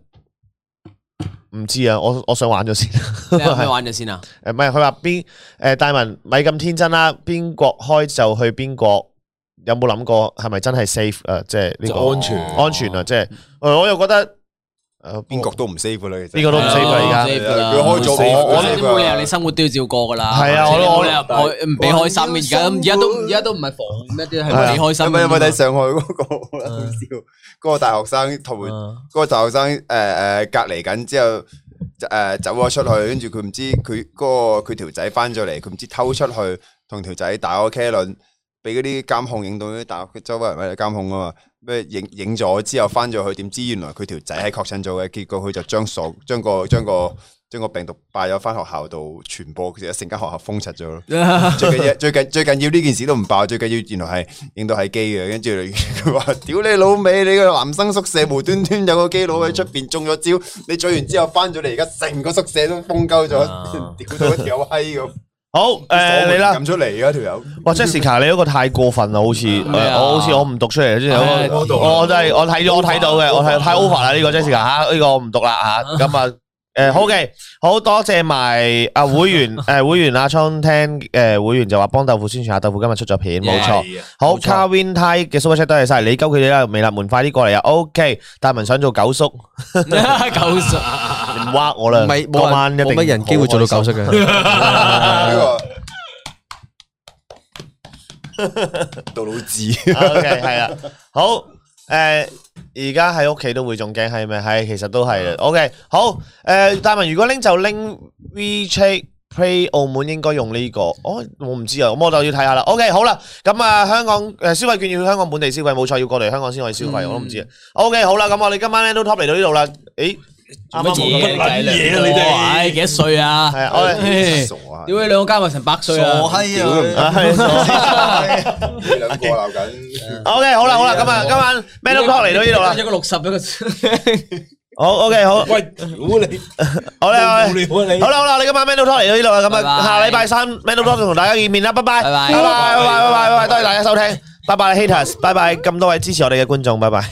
C: 唔知啊，我我想玩咗先。
B: 你係咪玩咗先啊？
C: 诶，唔係佢話邊诶，大文咪咁天真啦，邊國開就去邊國，有冇諗過係咪真係 safe 诶？即係呢
E: 即
C: 個
E: 係安全
C: 安全啊！即係呃我又覺得呃诶，
D: 邊個都唔 save 啦，其實
C: 邊
A: Ờ,
C: 個都唔
B: Ờ,
C: safe 啦而家
B: 係啊
H: 佢開咗
B: 我我
H: 我
B: 都冇理由你生活都要照過噶啦。
C: 係啊我都
B: 冇理由唔開唔俾開心嘅。而家而家都而家都唔係防咩啲係為你開心
D: 有
B: 㗎嘛。
D: 冇有冇睇上海嗰個好
B: 啊
D: 笑？嗰個大學生同嗰個大學生誒誒隔離緊之後。誒走咗出去，跟住佢唔知佢嗰個佢條仔翻咗嚟，佢唔知偷出去同條仔打個茄輪，俾嗰啲監控影到啲大學周圍咪有監控啊嘛，咩影影咗之後翻咗去，點知原來佢條仔係確診咗嘅，結果佢就將所將個將個將個病毒帶咗翻學校度傳播，其實成間學校封實咗 咯。最緊要最緊最緊要呢件事都唔爆，最緊要原來係影到係機嘅，跟住佢話：屌你 老味，你個男生宿舍無端端有個基佬喺出邊中咗招，你醉完之後翻咗嚟，而家成個宿舍都封鳩咗，屌到一條友閪咁，
C: 好诶，啊你啦，
D: 撳出嚟而家條友。
C: 哇，Jessica 你嗰個太過分啦，好似誒
B: 咩啊
C: 我好似我唔讀出嚟，即係
B: 係
C: 我我真係我睇咗我睇到嘅，我睇太 over 啦呢個 Jessica 吓，呢個我唔讀啦吓，咁啊诶、好嘅，好多謝埋啊 會員诶、誒會員阿昌聽诶、誒會員就話幫豆腐宣傳下，豆腐今日出咗片，冇錯。好 c a r w i n t i 嘅 super chat 多謝晒，你鳩佢哋啦，未立門快啲過嚟啊！OK，大文想做 九叔，唔
B: 九十，
C: 挖我啦，
A: 唔係
C: 今
A: 冇
C: 晚一
A: 人
C: 定
A: 冇乜人機會做到
C: 好
A: 九
C: 開
A: 叔
C: 心。
A: 嘅，
D: 啊呢個杜老智
C: OK，係啦，好诶。而家喺屋企都會仲驚係咩？係，其實都係啦。OK，好，诶、大文如果拎就拎 WeChat Pay 澳門應該用呢、個，哦，我唔知啊，咁我就要睇下啦。OK，好啦，咁啊，香港诶消費券要香港本地消費，冇錯，要過嚟香港先可以消費，我都唔知啊。OK，好啦，咁我哋今晚咧都 top 嚟到呢度啦。咦，啱啱冇
B: 乜嘢
C: 講
B: 計
E: 乜嘢
B: 量
E: 啊你哋
B: 唉，几多岁啊？
C: 係啊我哋
B: 唉
D: 傻啊！
B: 屌你兩個加埋成百歲啊！
A: 閪
C: 啊係
D: 你兩個鬧緊，
C: OK，好啦好啦，咁啊，今晚 Man Up Talk 嚟到呢度
B: 一
C: 啦。
B: 個六十一個，
C: 好，OK，好，
E: 喂，屌你，
C: 好啦，好啦，
E: 無聊啊你
C: 好啦，好啦，你今晚 Man Up Talk 嚟到呢度啦，咁
B: 拜拜
C: 啊，下禮拜三 Man Up Talk 同大家見面啦， 拜拜，拜
B: 拜拜
C: 拜，拜拜，拜拜，多謝大家收聽，拜拜，haters，拜拜，咁多位支持我哋嘅觀眾，拜拜。